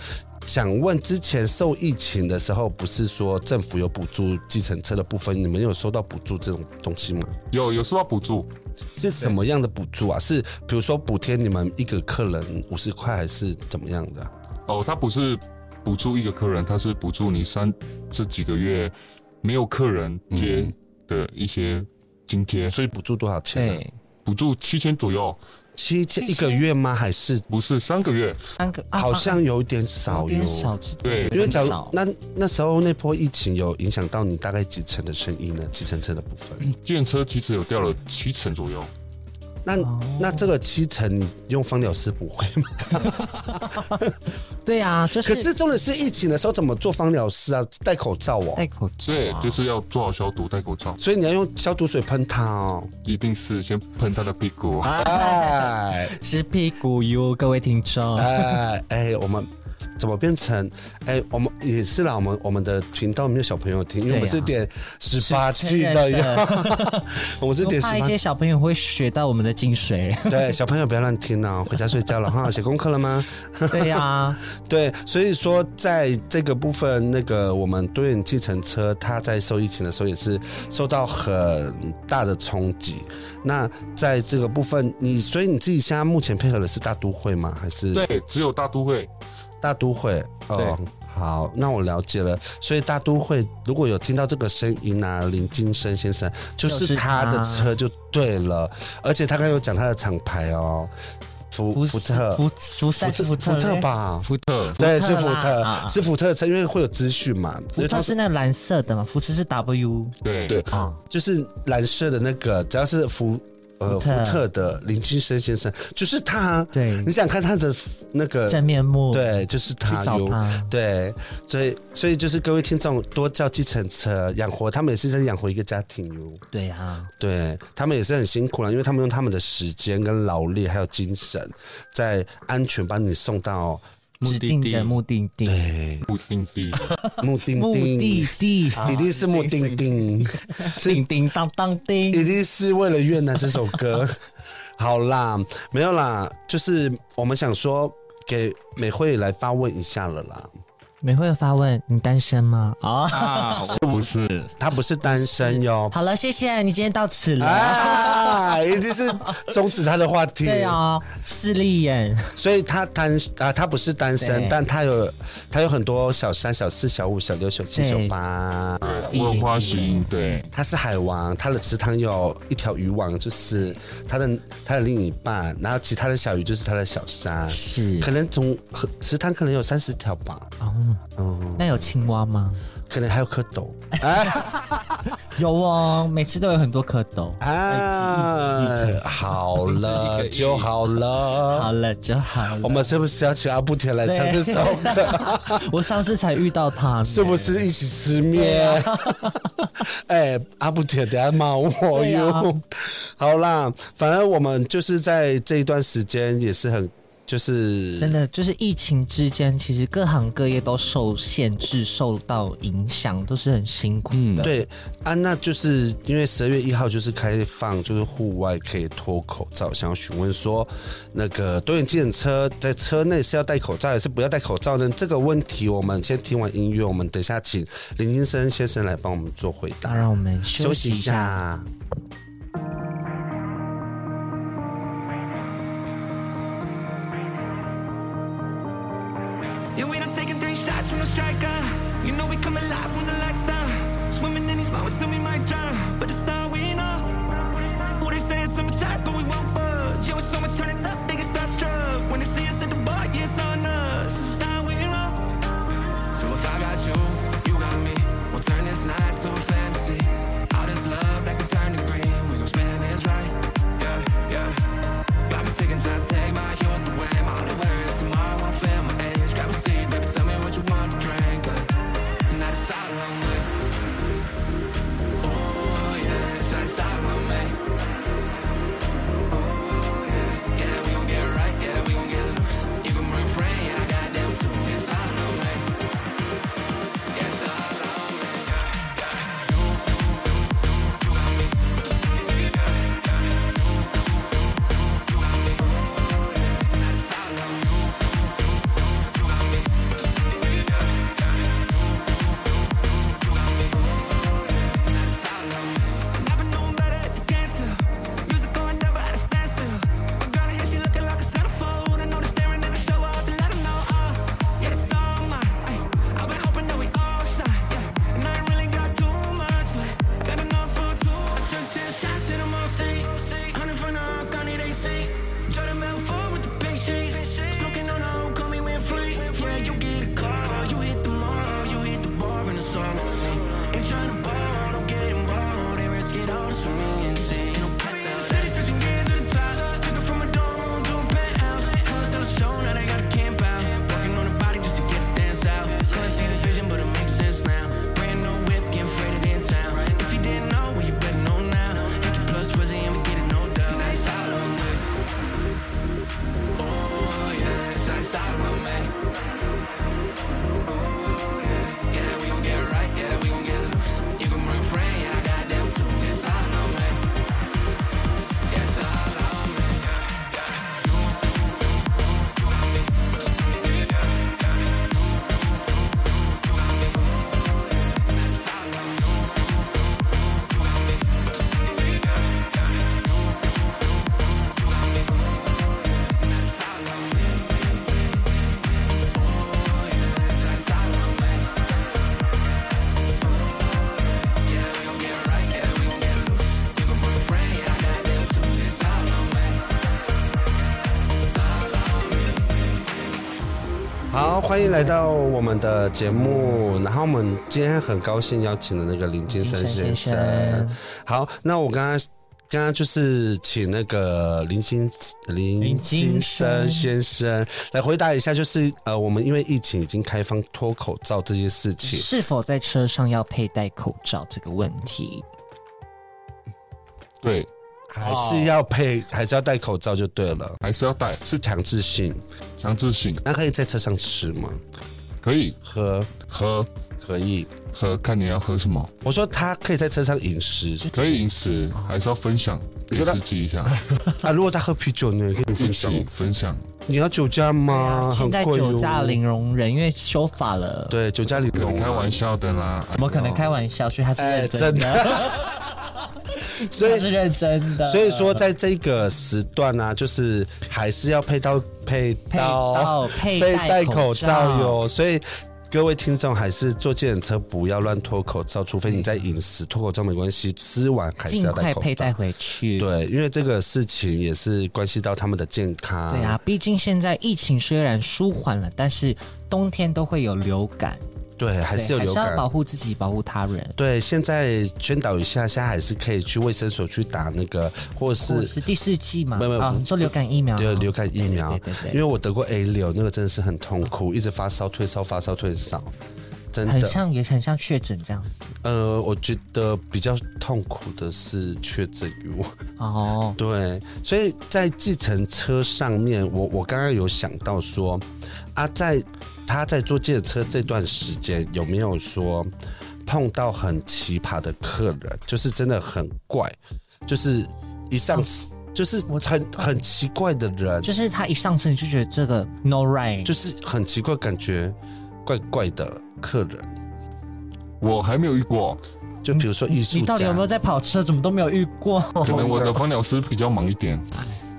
[SPEAKER 2] 想问之前受疫情的时候，不是说政府有补助计程车的部分，你们有收到补助这种东西吗？
[SPEAKER 3] 有有收到补助，
[SPEAKER 2] 是什么样的补助啊？是比如说补贴你们一个客人五十块，还是怎么样的啊？
[SPEAKER 3] 哦，他不是补助一个客人，他是补助你三这几个月没有客人接的一些津贴，
[SPEAKER 2] 所以补助多少钱、啊？
[SPEAKER 1] 对，
[SPEAKER 3] 补助七千左右，
[SPEAKER 2] 七千一个月吗？还是
[SPEAKER 3] 不是三个月。
[SPEAKER 1] 三个啊
[SPEAKER 2] 好像有点
[SPEAKER 1] 啊啊
[SPEAKER 2] 少
[SPEAKER 1] 有
[SPEAKER 2] 哟
[SPEAKER 1] 点？少，是
[SPEAKER 3] 对
[SPEAKER 1] 有
[SPEAKER 2] 因为
[SPEAKER 1] 点
[SPEAKER 2] 假如
[SPEAKER 1] 少
[SPEAKER 2] 那那时候那波疫情有影响到你大概几成的生意呢？几成车的部分？
[SPEAKER 1] 嗯
[SPEAKER 3] 计程车其实有掉了七成左右，
[SPEAKER 2] 那、
[SPEAKER 1] 哦
[SPEAKER 2] 那这个七成你用芳疗师不会吗？
[SPEAKER 1] 对啊，就是
[SPEAKER 2] 可是重点是疫情的时候怎么做芳疗师啊？戴口罩哦，
[SPEAKER 1] 戴口罩
[SPEAKER 3] 对，
[SPEAKER 1] 啊，
[SPEAKER 3] 就是要做好消毒、戴口罩，
[SPEAKER 2] 所以你要用消毒水喷它哦。
[SPEAKER 3] 一定是先喷他的屁股。
[SPEAKER 1] 啊
[SPEAKER 2] 哎
[SPEAKER 1] 是屁股哟，各位听众。
[SPEAKER 2] 哎哎，我们。怎么变成？哎，我们也是啦，我们我们的频道没有小朋友听，因为我们
[SPEAKER 1] 对啊
[SPEAKER 2] 是点十
[SPEAKER 1] 是
[SPEAKER 2] 八
[SPEAKER 1] 成
[SPEAKER 2] 去
[SPEAKER 1] 人
[SPEAKER 2] 的呀，
[SPEAKER 1] 的
[SPEAKER 2] (laughs) 我们是点
[SPEAKER 1] 我
[SPEAKER 2] 十
[SPEAKER 1] 怕一
[SPEAKER 2] 八
[SPEAKER 1] 些小朋友会学到我们的精
[SPEAKER 2] (laughs)
[SPEAKER 1] 髓。
[SPEAKER 2] 对，小朋友不要乱
[SPEAKER 1] (laughs)
[SPEAKER 2] 听哦，回家睡觉了哈，写功课了吗？
[SPEAKER 1] 对呀、啊，
[SPEAKER 2] 对，所以说在这个部分，那个我们多元计程车，它在受疫情的时候也是受到很大的冲击。那在这个部分，你所以你自己现在目前配合的是大都会吗？还是
[SPEAKER 3] 对，只有大都会
[SPEAKER 2] 大都会？哦，好，那我了解了。所以大都会如果有听到这个声音啊，林金生先生就是他的车就对了，而且他刚刚有讲他的厂牌哦，福福特。
[SPEAKER 1] 福福
[SPEAKER 2] 福
[SPEAKER 1] 山
[SPEAKER 2] 特
[SPEAKER 1] 是福特
[SPEAKER 2] 福特
[SPEAKER 1] 嘞，
[SPEAKER 2] 吧，
[SPEAKER 3] 福特
[SPEAKER 2] 对，是
[SPEAKER 1] 福
[SPEAKER 2] 福
[SPEAKER 1] 特啦
[SPEAKER 2] 特
[SPEAKER 1] 啊，
[SPEAKER 2] 是福特车，因为会有资讯嘛，因
[SPEAKER 1] 福
[SPEAKER 2] 为
[SPEAKER 1] 特
[SPEAKER 2] 它
[SPEAKER 1] 是那个蓝色的嘛，福斯是 W
[SPEAKER 3] 对
[SPEAKER 2] 对
[SPEAKER 1] 啊，
[SPEAKER 2] 就是蓝色的那个，只要是福呃
[SPEAKER 1] 福
[SPEAKER 2] 福
[SPEAKER 1] 特
[SPEAKER 2] 特的林金生先生，就是他。
[SPEAKER 1] 对
[SPEAKER 2] 你，想看他的那个，
[SPEAKER 1] 真面目，，
[SPEAKER 2] 呃对，就是
[SPEAKER 1] 去
[SPEAKER 2] 他
[SPEAKER 1] 找
[SPEAKER 2] 有。
[SPEAKER 1] 他，
[SPEAKER 2] 对，所以所以就是各位听众多叫计程车养活他们也是在养活一个家庭哟，
[SPEAKER 1] 对啊，
[SPEAKER 2] 对他们也是很辛苦了，因为他们用他们的时间跟劳力还有精神，在安全把你送到
[SPEAKER 4] 目
[SPEAKER 1] 指
[SPEAKER 4] 的
[SPEAKER 1] 定
[SPEAKER 4] 地
[SPEAKER 1] 的目的地，
[SPEAKER 2] 对
[SPEAKER 3] 不定地，
[SPEAKER 2] 目
[SPEAKER 1] (laughs)
[SPEAKER 2] 的
[SPEAKER 1] 目的地，啊
[SPEAKER 2] 一定是目的地。
[SPEAKER 1] 叮叮当当
[SPEAKER 2] 一
[SPEAKER 1] 叮，
[SPEAKER 2] 定是为了越南这首歌。 (laughs) 好啦，没有啦，就是我们想说给美惠来发问一下了啦。
[SPEAKER 1] 美惠发问：你单身吗？啊，
[SPEAKER 4] 啊，我不是，
[SPEAKER 2] 她不是单身哟，
[SPEAKER 1] 好了，谢谢你今天到此
[SPEAKER 2] 哎
[SPEAKER 1] 了。
[SPEAKER 2] 啊，一定是终止她的话题。
[SPEAKER 1] 对啊，势利眼，
[SPEAKER 2] 所以她单啊，她不是单身
[SPEAKER 1] 对，
[SPEAKER 2] 但她有她有很多小三、小四、小五、小六、小七、
[SPEAKER 1] 对
[SPEAKER 2] 小八。
[SPEAKER 3] 对，我很花心，对，
[SPEAKER 2] 她是海王，她的池塘有一条渔网，就是她的她的另一半，然后其他的小鱼就是她的小三。
[SPEAKER 1] 是
[SPEAKER 2] 可能总和池塘可能有三十条吧，
[SPEAKER 1] 哦，那有青蛙吗？
[SPEAKER 2] 可能还有蝌
[SPEAKER 1] (laughs)
[SPEAKER 2] 蚪
[SPEAKER 1] 有哦，每次都有很多蝌蚪。
[SPEAKER 2] 哎
[SPEAKER 1] 哎
[SPEAKER 2] 啊。好
[SPEAKER 1] (laughs)
[SPEAKER 2] 了就好
[SPEAKER 1] 好
[SPEAKER 2] 了，
[SPEAKER 1] 了就好了。
[SPEAKER 2] 我们是不是要请阿布田来唱这首歌？
[SPEAKER 1] 我上次才遇到他呢，
[SPEAKER 2] 是不是一起吃面？
[SPEAKER 1] 啊
[SPEAKER 2] (laughs) 哎、阿布铁，等下骂我
[SPEAKER 1] 对
[SPEAKER 2] 哟。
[SPEAKER 1] 啊
[SPEAKER 2] 好啦，反正我们就是在这一段时间也是很，就是
[SPEAKER 1] 真的就是疫情之间，其实各行各业都受限制、受到影响，都是很辛苦的。
[SPEAKER 2] 对啊，那就是因为十二月一号就是开放，就是户外可以脱口罩。想要询问说，那个多元计程车在车内是要戴口罩还是不要戴口罩呢？这个问题我们先听完音乐，我们等一下请林金生先生来帮我们做回
[SPEAKER 1] 那
[SPEAKER 2] 答。
[SPEAKER 1] 让我们
[SPEAKER 2] 休
[SPEAKER 1] 休
[SPEAKER 2] 息
[SPEAKER 1] 息
[SPEAKER 2] 一
[SPEAKER 1] 一下。
[SPEAKER 2] 下。
[SPEAKER 5] Yeah, we done taking three shots from the striker. You know we come alive when the lights down. Swimming in these moments till we might drown, but the star we know. Ooh, they say it's summertime, but we won't budge. Yeah, with so much turning up, they get starstruck. When they see us at the bar, yeah, it's on us. This is how we roll. So if I got you, you got me. We'll turn this night to a fantasy. All this love that can turn to green. We gon' spend this right.
[SPEAKER 2] 欢迎来到我们的节目。然后我们今天很高兴邀请了那个林金生先生。好，那我刚刚刚刚就是请那个林金林
[SPEAKER 1] 林金生
[SPEAKER 2] 金生先生来回答一下，就是呃，我们因为疫情已经开放脱口罩这件事情，
[SPEAKER 1] 是否在车上要佩戴口罩这个问题？
[SPEAKER 3] 对，
[SPEAKER 2] 还是要配，还是要戴口罩就对了，
[SPEAKER 3] 还是要戴
[SPEAKER 2] 是强制性。
[SPEAKER 3] 强制性，
[SPEAKER 2] 那可以在车上吃吗？
[SPEAKER 3] 可以
[SPEAKER 2] 喝
[SPEAKER 3] 喝
[SPEAKER 2] 可以。
[SPEAKER 3] 喝，看你要喝什么，
[SPEAKER 2] 我说他可以在车上饮食
[SPEAKER 3] 可以饮食，还是要分享给司机一下，
[SPEAKER 2] 啊，如果他喝啤酒呢，也可以
[SPEAKER 3] 一
[SPEAKER 2] 分享。
[SPEAKER 3] 起分享。
[SPEAKER 2] 你要酒驾吗？
[SPEAKER 1] 现
[SPEAKER 2] 啊很
[SPEAKER 1] 啊在
[SPEAKER 2] 贵
[SPEAKER 1] 酒
[SPEAKER 2] 哦
[SPEAKER 1] 驾
[SPEAKER 2] 哟
[SPEAKER 1] 零容忍，因为修法了，
[SPEAKER 2] 对，酒驾零
[SPEAKER 3] 可能
[SPEAKER 2] 容忍
[SPEAKER 3] 开玩笑的啦，
[SPEAKER 1] 怎么可能开玩笑？所以他是
[SPEAKER 2] 哎
[SPEAKER 1] 认真的， (laughs)
[SPEAKER 2] 所
[SPEAKER 1] 他
[SPEAKER 2] 以
[SPEAKER 1] 是认真的。
[SPEAKER 2] 所以说，在这个时段呢、啊，就是还是要配到配
[SPEAKER 1] 佩
[SPEAKER 2] 到
[SPEAKER 1] 到佩
[SPEAKER 2] 佩
[SPEAKER 1] 戴
[SPEAKER 2] 口罩
[SPEAKER 1] 哟。
[SPEAKER 2] 哟。所以各位听众还是坐计程车不要乱脱口罩，除非你在饮食脱口罩没关系，吃完还是
[SPEAKER 1] 尽
[SPEAKER 2] 要戴
[SPEAKER 1] 快
[SPEAKER 2] 口
[SPEAKER 1] 佩
[SPEAKER 2] 罩
[SPEAKER 1] 戴。回去。
[SPEAKER 2] 对，因为这个事情也是关系到他们的健康。
[SPEAKER 1] 对啊，，毕竟现在疫情虽然舒缓了，但是冬天都会有流感，
[SPEAKER 2] 对，还
[SPEAKER 1] 对
[SPEAKER 2] 是有流
[SPEAKER 1] 还是要
[SPEAKER 2] 感
[SPEAKER 1] 保。护自己，保护他人。
[SPEAKER 2] 对，现在宣导一下，现在还是可以去卫生所去打那个，或
[SPEAKER 1] 我
[SPEAKER 2] 是
[SPEAKER 1] 是第四季嘛？
[SPEAKER 2] 没有没有
[SPEAKER 1] 啊，你说流感疫苗？
[SPEAKER 2] 对流感疫苗
[SPEAKER 1] 对对对对
[SPEAKER 2] 因为我得过 A 六，那个真的是很痛苦，一直发烧、退烧、发烧、退烧，真
[SPEAKER 1] 很
[SPEAKER 2] 的。
[SPEAKER 1] 像，也很像确诊这样子
[SPEAKER 2] 呃，我觉得比较痛苦的是确诊于我。
[SPEAKER 1] 哦。
[SPEAKER 2] 对，所以在计程车上面，我我刚刚有想到说，啊，在他在坐计程车这段时间，有没有说碰到很奇葩的客人，就是真的很怪，就是一上、就是
[SPEAKER 1] 哦我
[SPEAKER 2] 很很奇怪的人，
[SPEAKER 1] 就是他一上车你就觉得这个 no right，
[SPEAKER 2] 就是很奇怪，感觉怪怪的客人。
[SPEAKER 3] 我还没有遇过，
[SPEAKER 2] 就比如说艺术
[SPEAKER 1] 你
[SPEAKER 2] 家，
[SPEAKER 1] 到底有没有在跑车？怎么都没有遇 (laughs) 过？
[SPEAKER 3] 可能我的芳疗师比较忙一点，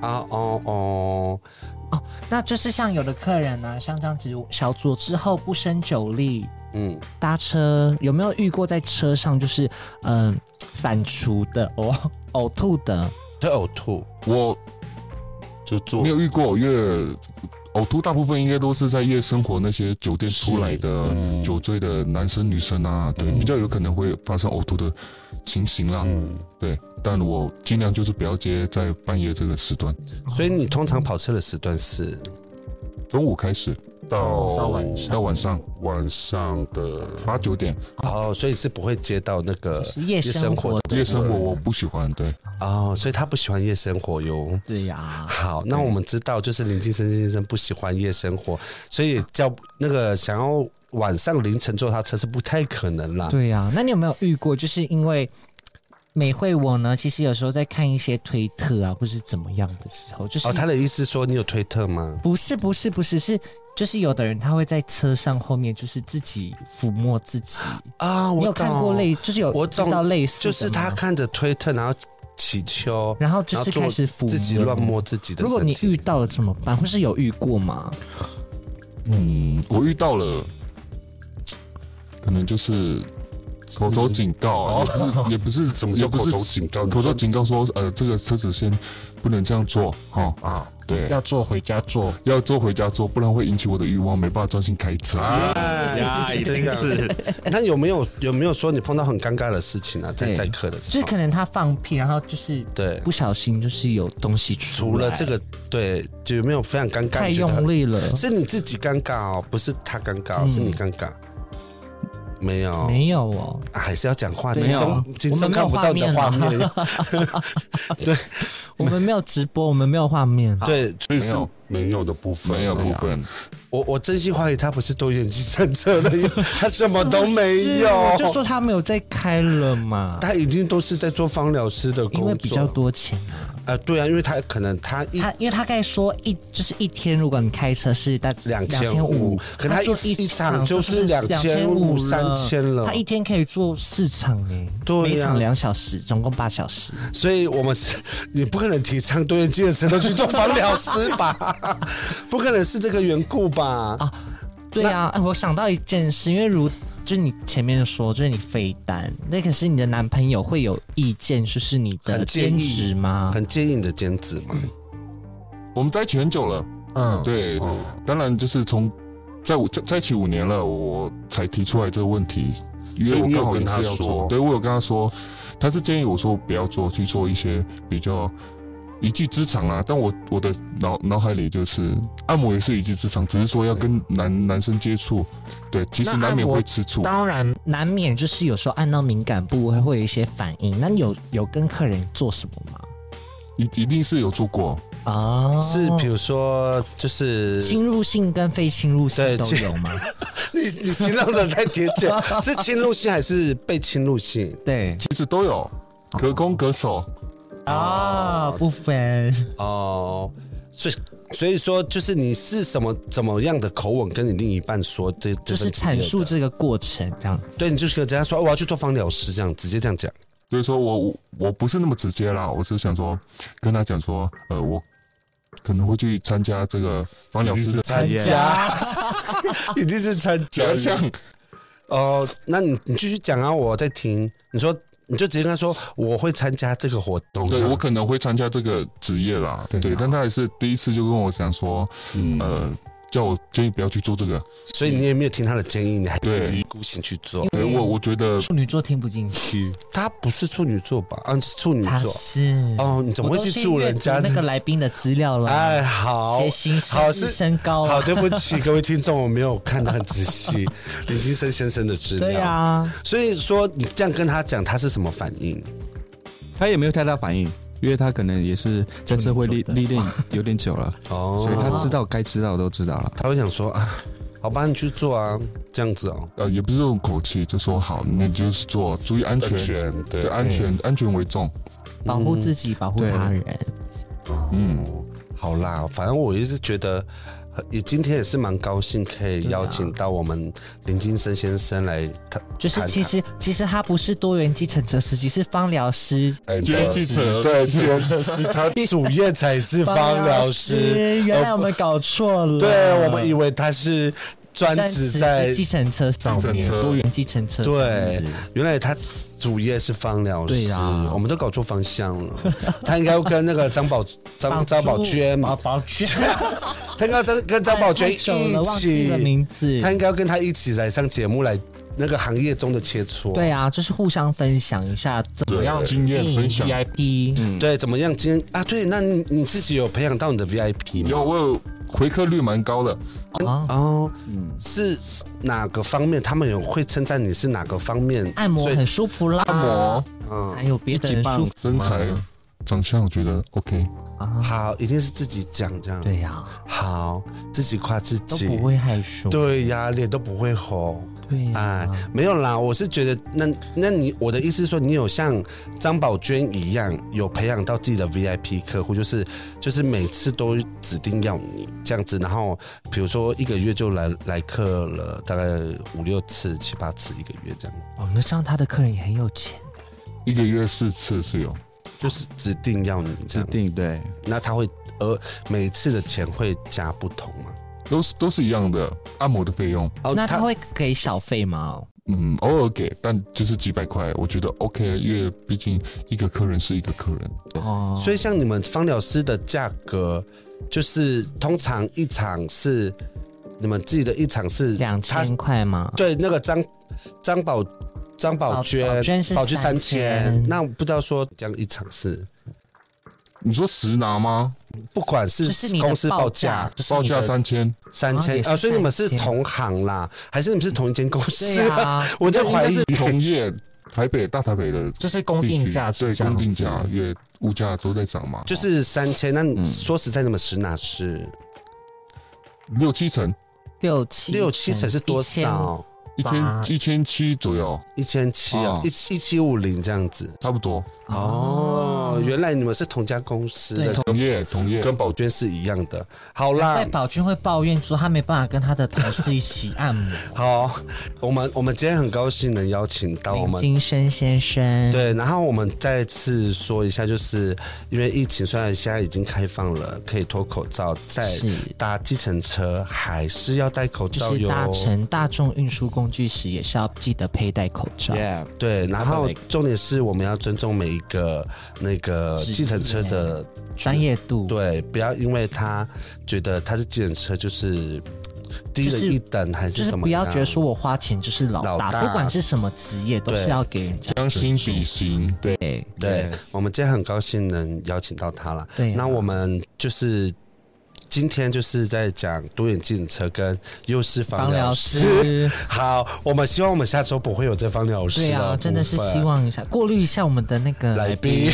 [SPEAKER 2] 啊？哦哦，
[SPEAKER 1] 那就是像有的客人啊，像这样子小酌之后不胜酒力，
[SPEAKER 2] 嗯，
[SPEAKER 1] 搭车有没有遇过在车上就是嗯、反刍的呕呕吐的？
[SPEAKER 2] 他呕吐
[SPEAKER 3] 我
[SPEAKER 2] 就坐
[SPEAKER 3] 没有遇过，因为呕吐大部分应该都是在夜生活那些酒店出来的酒醉的男生女生啊，对，比较有可能会发生呕吐的情形啦，对，但我尽量就是不要接在半夜这个时段，
[SPEAKER 2] 所以你通常跑车的时段是
[SPEAKER 3] 中午开始到
[SPEAKER 2] 到晚上
[SPEAKER 3] 到晚上
[SPEAKER 2] 晚上的
[SPEAKER 3] 八九点，
[SPEAKER 2] 哦，所以是不会接到那个
[SPEAKER 1] 就是夜生活
[SPEAKER 2] 活的
[SPEAKER 3] 夜生活我不喜欢，对，
[SPEAKER 2] 哦，所以他不喜欢夜生活哟。
[SPEAKER 1] 对呀、
[SPEAKER 2] 好，那我们知道，就是林金生先生不喜欢夜生活，所以叫那个想要晚上凌晨坐他车是不太可能啦。
[SPEAKER 1] 对呀、那你有没有遇过？就是因为美惠我呢，其实有时候在看一些推特啊，或是怎么样的时候，就是、
[SPEAKER 2] 哦，他的意思说你有推特吗？
[SPEAKER 1] 不是不是不是是。就是有的人他会在车上后面，就是自己抚摸自己。
[SPEAKER 2] 啊，
[SPEAKER 1] 你
[SPEAKER 2] 我
[SPEAKER 1] 有看过
[SPEAKER 2] 懂
[SPEAKER 1] 类，就是有
[SPEAKER 2] 我
[SPEAKER 1] 知
[SPEAKER 2] 懂
[SPEAKER 1] 道类似的
[SPEAKER 2] 就
[SPEAKER 1] 吗，
[SPEAKER 2] 是他看着推特，然后祈求，
[SPEAKER 1] 然后就是
[SPEAKER 2] 做
[SPEAKER 1] 开始抚摸
[SPEAKER 2] 自己乱摸自己的身体。
[SPEAKER 1] 如果你遇到了怎么办？或是有遇过吗？
[SPEAKER 3] 嗯，我遇到了，可能就是口头警告啊，也不是也不是
[SPEAKER 2] 怎么叫
[SPEAKER 3] 也不是
[SPEAKER 2] 口头警告
[SPEAKER 3] 口头警告说，呃，这个车子先不能这样做哦，
[SPEAKER 2] 啊，
[SPEAKER 3] 对，
[SPEAKER 6] 要
[SPEAKER 3] 要
[SPEAKER 6] 做回家做。
[SPEAKER 3] 要坐回家坐，不然会引起我的欲望，没办法专心开车。
[SPEAKER 2] 哎，一定是。 (laughs) 那有没有有没有说你碰到很尴尬的事情啊？在
[SPEAKER 1] 对
[SPEAKER 2] 在课的时
[SPEAKER 1] 就是
[SPEAKER 2] 候，
[SPEAKER 1] 可能他放屁，然后就是
[SPEAKER 2] 对
[SPEAKER 1] 不，小心就是有东西出
[SPEAKER 2] 除了
[SPEAKER 1] 来
[SPEAKER 2] 这个，对，就有没有非常尴尬？
[SPEAKER 1] 太
[SPEAKER 2] 觉得很
[SPEAKER 1] 用力了，
[SPEAKER 2] 是你自己尴尬哦，不是他尴尬哦，是你尴尬。没有，
[SPEAKER 1] 没有哦，
[SPEAKER 2] 啊还是要讲话。
[SPEAKER 1] 对
[SPEAKER 2] 听
[SPEAKER 1] 啊
[SPEAKER 2] 众听
[SPEAKER 1] 我
[SPEAKER 2] 众
[SPEAKER 1] 们没有
[SPEAKER 2] 看不到你的画
[SPEAKER 1] 画啊
[SPEAKER 2] 面，
[SPEAKER 1] (laughs)
[SPEAKER 2] (laughs)
[SPEAKER 1] 我们没有直播，我们没有画面，
[SPEAKER 2] 对，
[SPEAKER 6] 这
[SPEAKER 3] 没有
[SPEAKER 6] 没有的部分
[SPEAKER 3] 没有部分，
[SPEAKER 2] 我我真心怀疑他不是多元机政
[SPEAKER 1] (laughs)
[SPEAKER 2] 策了，因为他什么都没
[SPEAKER 1] 是我
[SPEAKER 2] 有，
[SPEAKER 1] 就说他没有在开了嘛，
[SPEAKER 2] 他一定都是在做芳疗师的工作，
[SPEAKER 1] 因为比较多钱啊。
[SPEAKER 2] 呃，对啊，因为他可能他一
[SPEAKER 1] 他因为他刚才说一就是一天，如果你开车是大
[SPEAKER 2] 两
[SPEAKER 1] 千
[SPEAKER 2] 千五，可他
[SPEAKER 1] 他
[SPEAKER 2] 一
[SPEAKER 1] 做一
[SPEAKER 2] 一场
[SPEAKER 1] 就
[SPEAKER 2] 就是两千五、
[SPEAKER 1] 五
[SPEAKER 2] 三千了
[SPEAKER 1] 他，一天可以做四场哎，
[SPEAKER 2] 对呀啊
[SPEAKER 1] 每场两小时，总共八小时。
[SPEAKER 2] 所以我们是， (laughs) 你不可能提倡多元健身都去做芳疗师吧？ (laughs) 不可能是这个缘故吧？
[SPEAKER 1] 啊对呀、哎我想到一件事，因为如就是你前面说，就是你飞单，那可是你的男朋友会有意见，就是你的
[SPEAKER 2] 很建
[SPEAKER 1] 兼
[SPEAKER 2] 议
[SPEAKER 1] 职吗？
[SPEAKER 2] 很介意你的兼职嘛？
[SPEAKER 3] 我们在一起很久了，
[SPEAKER 6] 嗯，
[SPEAKER 2] 哦
[SPEAKER 3] 对，当然就是从在我在在一起五年了，我才提出来这个问题，因
[SPEAKER 2] 所
[SPEAKER 3] 为
[SPEAKER 2] 以
[SPEAKER 3] 我
[SPEAKER 2] 你有
[SPEAKER 3] 刚好
[SPEAKER 2] 跟
[SPEAKER 3] 也是
[SPEAKER 2] 他
[SPEAKER 3] 要
[SPEAKER 2] 说
[SPEAKER 3] 做，对我有跟他说，他是建议我说不要做，去做一些比较一技之长啊。但我我的脑脑海里就是按摩也是一技之长，只是说要跟男男生接触，对，其实
[SPEAKER 1] 那
[SPEAKER 3] 难免
[SPEAKER 1] 按摩
[SPEAKER 3] 会吃醋。
[SPEAKER 1] 当然难免就是有时候按到敏感部位会有一些反应。那你有有跟客人做什么吗？
[SPEAKER 3] 一一定是有做过，
[SPEAKER 1] 啊，
[SPEAKER 2] 是比如说就是
[SPEAKER 1] 侵入性跟非侵入性
[SPEAKER 2] 对
[SPEAKER 1] 都
[SPEAKER 2] 侵
[SPEAKER 1] 有吗？
[SPEAKER 2] 你你形容的太贴
[SPEAKER 1] (laughs)
[SPEAKER 2] 切，是侵入性还是被侵入性？
[SPEAKER 1] 对
[SPEAKER 3] 其实都有，
[SPEAKER 2] 哦
[SPEAKER 3] 隔空隔手，
[SPEAKER 1] 啊，不分。
[SPEAKER 2] 哦，所以所以说就是你是什么怎么样的口吻跟你另一半说这，这
[SPEAKER 1] 就是
[SPEAKER 2] 份职业
[SPEAKER 1] 阐
[SPEAKER 2] 的
[SPEAKER 1] 述这个过程这样子。
[SPEAKER 2] 对，你就是跟人家说、哦我要去做芳疗师，这样直接这样讲。
[SPEAKER 3] 所以说我我我不是那么直接啦，我只是想说跟他讲说，呃，我可能会去参加这个芳疗师的
[SPEAKER 2] 参加， (laughs) 一定是参
[SPEAKER 3] 奖项。
[SPEAKER 2] 哦。那你你继续讲啊，我在听。你说你就直接跟他说我会参加这个活动，
[SPEAKER 3] 对我可能会参加这个职业啦，对但他也是第一次就跟我讲说，呃，叫我建议不要去做这个，
[SPEAKER 2] 所以你也没有听他的建议，你还是
[SPEAKER 3] 对
[SPEAKER 2] 一意孤行去做。
[SPEAKER 3] 对我我觉得
[SPEAKER 1] 处女座听不进去，
[SPEAKER 2] 他不是处女座吧？啊，是处女
[SPEAKER 1] 他
[SPEAKER 2] 座。
[SPEAKER 1] 是
[SPEAKER 2] 哦，你怎么
[SPEAKER 1] 我
[SPEAKER 2] 会
[SPEAKER 1] 都
[SPEAKER 2] 去
[SPEAKER 1] 去
[SPEAKER 2] 住
[SPEAKER 1] 阅
[SPEAKER 2] 人
[SPEAKER 1] 读
[SPEAKER 2] 家的
[SPEAKER 1] 那个来宾的资料了？
[SPEAKER 2] 哎，好
[SPEAKER 1] 写，心声
[SPEAKER 2] 好
[SPEAKER 1] 一
[SPEAKER 2] 是
[SPEAKER 1] 身高啊
[SPEAKER 2] 好，对不起 (laughs) 各位听众，我没有看得很仔细 (laughs) 林金生先生的资料。嗯
[SPEAKER 1] 对啊，
[SPEAKER 2] 所以说你这样跟他讲，他是什么反应？
[SPEAKER 4] 他也没有太大反应，因为他可能也是在社会历
[SPEAKER 1] 嗯
[SPEAKER 4] 历练 (laughs) 有点久了，
[SPEAKER 2] 哦
[SPEAKER 4] 所以他知道该知道的都知道了。
[SPEAKER 2] 他会想说啊，好吧，你去做啊，这样子哦，
[SPEAKER 3] 呃也不是这种口气，就说好，那你就是做，注意安全，
[SPEAKER 2] 全对
[SPEAKER 3] 对哎安全安全为重，
[SPEAKER 1] 保护自己，保护
[SPEAKER 4] 对
[SPEAKER 1] 他人。
[SPEAKER 3] 嗯，
[SPEAKER 2] 好啦，反正我一直觉得，呃也今天也是蛮高兴可以邀请到我们林金生先生来谈，
[SPEAKER 1] 就是
[SPEAKER 2] 谈
[SPEAKER 1] 其实其实他不是多元继承者时期，是芳疗师。
[SPEAKER 2] 哎
[SPEAKER 3] 今天记者
[SPEAKER 2] 对，今天这是他主业才是芳疗师，，
[SPEAKER 1] 哎
[SPEAKER 2] 呃
[SPEAKER 1] 原来我们搞错了。
[SPEAKER 2] 对我们以为他是专
[SPEAKER 1] 专
[SPEAKER 2] 职
[SPEAKER 1] 职
[SPEAKER 2] 在
[SPEAKER 1] 计程车上
[SPEAKER 3] 计程
[SPEAKER 1] 面，
[SPEAKER 3] 车
[SPEAKER 1] 多元计程车。
[SPEAKER 2] 对，原来他主业是芳疗师，
[SPEAKER 1] 对呀
[SPEAKER 2] 我们都搞错方向了。他应该要跟那个张宝张
[SPEAKER 1] 帮助，
[SPEAKER 2] 张宝娟，
[SPEAKER 1] 宝啊宝娟，
[SPEAKER 2] (laughs) 他应该跟跟张宝娟一
[SPEAKER 1] 太久了忘
[SPEAKER 2] 起
[SPEAKER 1] 记了，名字。
[SPEAKER 2] 他应该要跟他一起来上节目来那个行业中的切磋。
[SPEAKER 1] 对啊，就是互相分享一下怎么样
[SPEAKER 3] 经验
[SPEAKER 1] 进
[SPEAKER 3] 分享
[SPEAKER 1] VIP。
[SPEAKER 2] 对，怎么样？今天啊，对，那你你自己有培养到你的 VIP 吗？
[SPEAKER 3] 有我有回客率蛮高的，
[SPEAKER 1] 啊，
[SPEAKER 2] 哦，是是哪个方面？他们有会称赞你是哪个方面？
[SPEAKER 1] 按摩
[SPEAKER 2] 所以啊嗯
[SPEAKER 1] 很舒服啦，按
[SPEAKER 3] 哦，
[SPEAKER 1] 还有别的
[SPEAKER 4] 一
[SPEAKER 1] 很
[SPEAKER 4] 级棒
[SPEAKER 1] 舒服
[SPEAKER 3] 身材
[SPEAKER 1] 嗯
[SPEAKER 3] 长相我觉得 OK，
[SPEAKER 1] 啊，
[SPEAKER 2] 好，一定是自己讲这样。
[SPEAKER 1] 对，呀、
[SPEAKER 2] 好，自己夸自
[SPEAKER 1] 都
[SPEAKER 2] 己，
[SPEAKER 1] 不会害羞，
[SPEAKER 2] 对呀，脸都不会红。
[SPEAKER 1] 对呀、
[SPEAKER 2] 哎，没有啦，我是觉得那那你我的意思是说，你有像张宝娟一样，有培养到自己的 VIP 客户，就是就是每次都指定要你这样子，然后比如说一个月就来来客了，大概五六次、七八次一个月这样，
[SPEAKER 1] 哦，那这样他的客人也很有钱，
[SPEAKER 3] 一个月四次是有，
[SPEAKER 2] 就是指定要你这
[SPEAKER 4] 指
[SPEAKER 2] 样，
[SPEAKER 4] 定对，
[SPEAKER 2] 那他会呃每次的钱会加不同吗？
[SPEAKER 3] 都是都是一样的按摩的费用，
[SPEAKER 2] 哦
[SPEAKER 1] 那他会给小费吗？
[SPEAKER 3] 嗯，偶尔给，但就是几百块，我觉得 OK，因为毕竟一个客人是一个客人，
[SPEAKER 1] 哦，
[SPEAKER 2] 所以像你们芳疗师的价格，就是通常一场是你们自己的一场是
[SPEAKER 1] 两
[SPEAKER 2] 他
[SPEAKER 1] 千块吗？
[SPEAKER 2] 对，那个张张宝张宝
[SPEAKER 1] 宝
[SPEAKER 2] 娟
[SPEAKER 1] 宝娟是
[SPEAKER 2] 宝娟三千
[SPEAKER 1] 3000，
[SPEAKER 2] 那我不知道说这样一场是，
[SPEAKER 3] 你说实拿吗？
[SPEAKER 2] 不管
[SPEAKER 1] 就是是你的
[SPEAKER 2] 公司
[SPEAKER 1] 报
[SPEAKER 2] 报价
[SPEAKER 1] 就是
[SPEAKER 3] 报
[SPEAKER 1] 你的
[SPEAKER 3] 价三千，
[SPEAKER 2] 三
[SPEAKER 1] 啊
[SPEAKER 2] 千
[SPEAKER 1] 也是
[SPEAKER 2] 啊，所以你们是
[SPEAKER 1] 3000
[SPEAKER 2] 同行啦，还是你们是同一间公司
[SPEAKER 1] 对？啊，
[SPEAKER 2] (laughs) 我在怀
[SPEAKER 3] 应
[SPEAKER 2] 疑
[SPEAKER 3] 该是同业台北大台北的
[SPEAKER 1] 就是公
[SPEAKER 3] 地
[SPEAKER 1] 定
[SPEAKER 3] 区，
[SPEAKER 1] 价是
[SPEAKER 3] 对
[SPEAKER 1] 这样
[SPEAKER 3] 公
[SPEAKER 1] 子
[SPEAKER 3] 定价，因为物价都在涨嘛，
[SPEAKER 2] 就是三千。那你说实在，你们实哪是
[SPEAKER 3] 六七成，
[SPEAKER 1] 六七
[SPEAKER 2] 六七成是多少？
[SPEAKER 3] 一
[SPEAKER 1] 八
[SPEAKER 3] 千一千七左右，
[SPEAKER 2] 一千七啊
[SPEAKER 4] 哦，
[SPEAKER 2] 一一七五零这样子。
[SPEAKER 3] 差不多，
[SPEAKER 2] 哦，原来你们是同家公司
[SPEAKER 1] 对
[SPEAKER 2] 的，
[SPEAKER 3] 同业同业
[SPEAKER 2] 跟宝娟是一样的。好
[SPEAKER 1] 在
[SPEAKER 2] 啦，
[SPEAKER 1] 宝君会抱怨说他没办法跟他的同事一起按摩，
[SPEAKER 2] 好，我们我们今天很高兴能邀请到我
[SPEAKER 1] 林
[SPEAKER 2] 们
[SPEAKER 1] 金生先生，
[SPEAKER 2] 对，然后我们再次说一下，就是因为疫情虽然现在已经开放了，可以脱口罩，在
[SPEAKER 1] 是
[SPEAKER 2] 搭计程车还是要戴口
[SPEAKER 1] 就
[SPEAKER 2] 罩
[SPEAKER 1] 是
[SPEAKER 2] 哟。
[SPEAKER 1] 搭乘大众运输工具时也是要记得佩戴口罩。
[SPEAKER 4] Yeah，
[SPEAKER 2] 对，然后重点是我们要尊重每一个那个
[SPEAKER 1] 职业
[SPEAKER 2] 计程车的，
[SPEAKER 1] 专业度，
[SPEAKER 2] 对，不要因为他觉得他是计程车，就是低
[SPEAKER 1] 就
[SPEAKER 2] 人
[SPEAKER 1] 是
[SPEAKER 2] 一等还
[SPEAKER 1] 就是是
[SPEAKER 2] 什么
[SPEAKER 1] 不
[SPEAKER 2] 样？
[SPEAKER 1] 要觉得说我花钱就是老大，
[SPEAKER 2] 老大
[SPEAKER 1] 不管是什么职业都
[SPEAKER 2] 对
[SPEAKER 1] 是要给人家
[SPEAKER 3] 将心比心，对，
[SPEAKER 1] 对
[SPEAKER 2] 对
[SPEAKER 4] Yes
[SPEAKER 2] 我们今天很高兴能邀请到他了。
[SPEAKER 1] 对啊
[SPEAKER 2] 那我们就是今天就是在讲独眼镜车跟幼师
[SPEAKER 1] 方
[SPEAKER 2] 方疗
[SPEAKER 1] 疗
[SPEAKER 2] 师。
[SPEAKER 1] 师。
[SPEAKER 2] 好，我们希望我们下周不会有这方疗师
[SPEAKER 1] 对啊，真的是
[SPEAKER 2] 部分
[SPEAKER 1] 希望一下过滤一下我们的那个
[SPEAKER 2] 来宾。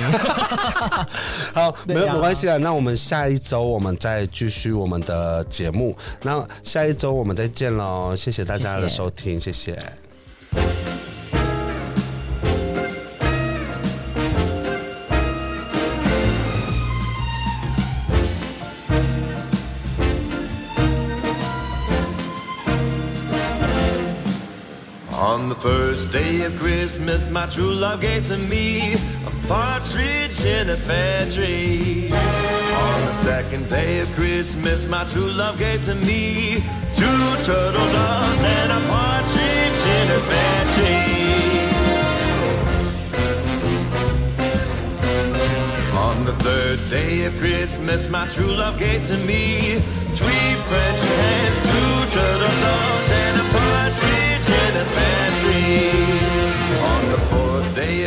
[SPEAKER 2] 好，没
[SPEAKER 1] 对
[SPEAKER 2] 有
[SPEAKER 1] 啊
[SPEAKER 2] 没关系的。那我们下一周我们再继续我们的节目。那下一周我们再见喽，谢谢大家的
[SPEAKER 1] 谢谢
[SPEAKER 2] 收听，谢谢。
[SPEAKER 6] On the first day of Christmas, my true love gave to me a partridge in a pear tree. On the second day of Christmas, my true love gave to me two turtle doves and a partridge in a pear tree. On the third day of Christmas, my true love gave to me three French hens, two turtle doves, and a partridge in a pear tree. On the fourth day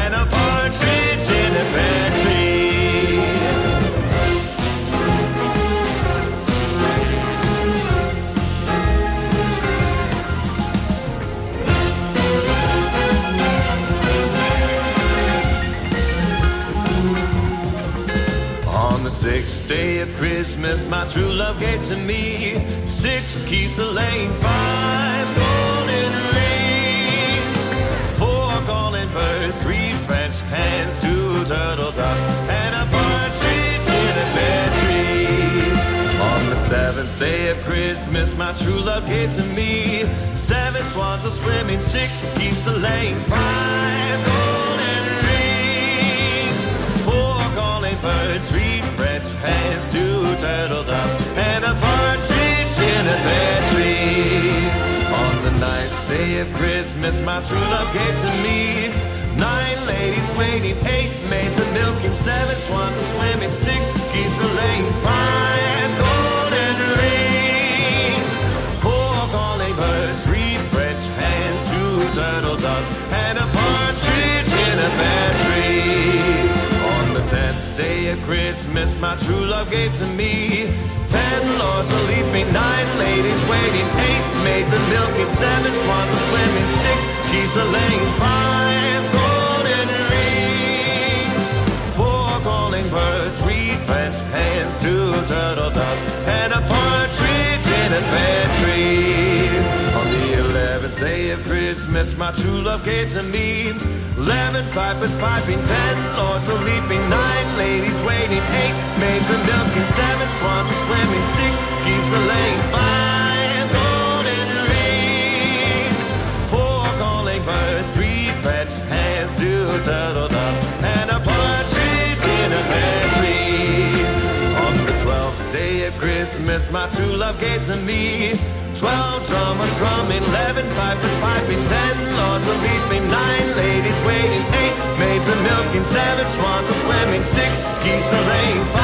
[SPEAKER 6] and a partridge in a pear tree. On the sixth day of Christmas, my true love gave to me six keys of lane, five golden rings, four calling birds, three French hens, two turtle doves, and a partridge in a pear tree. On the seventh day of Christmas, my true love gave to me seven swans a swimming, six geese a laying, five golden rings, four calling birds, three French hens, two turtle doves, and a partridge in a pear tree. On the ninth day of Christmas, my true love gave to me nine ladies waiting, eight maids a milking, seven swans a swimming, six geese a laying, five golden rings, four calling birds, three French hens, two turtle doves, and a partridge in a pear tree. On the tenth day of Christmas, my true love gave to me ten lords a leaping, nine ladies waiting, eight maids a milking, seven swans a swimming, six geese a laying, five golden rings, four calling birds, three French hens, two turtle doves, and a partridge in a pear tree. On the eleventh day of Christmas, my true love gave to me eleven pipers piping, ten lords a leaping, nine ladies waiting, eight maids a milking, seven swans a swimming, six geese a laying, five golden rings, four calling birds, three French hens, two turtle doves, and a partridge in a pear tree. On the twelfth day of Christmas, my true love gave to me twelve drummers drumming, eleven pipers piping, ten lords a leaping, nine ladies waiting, eight maids a milking, seven swans a swimming, six geese a laying.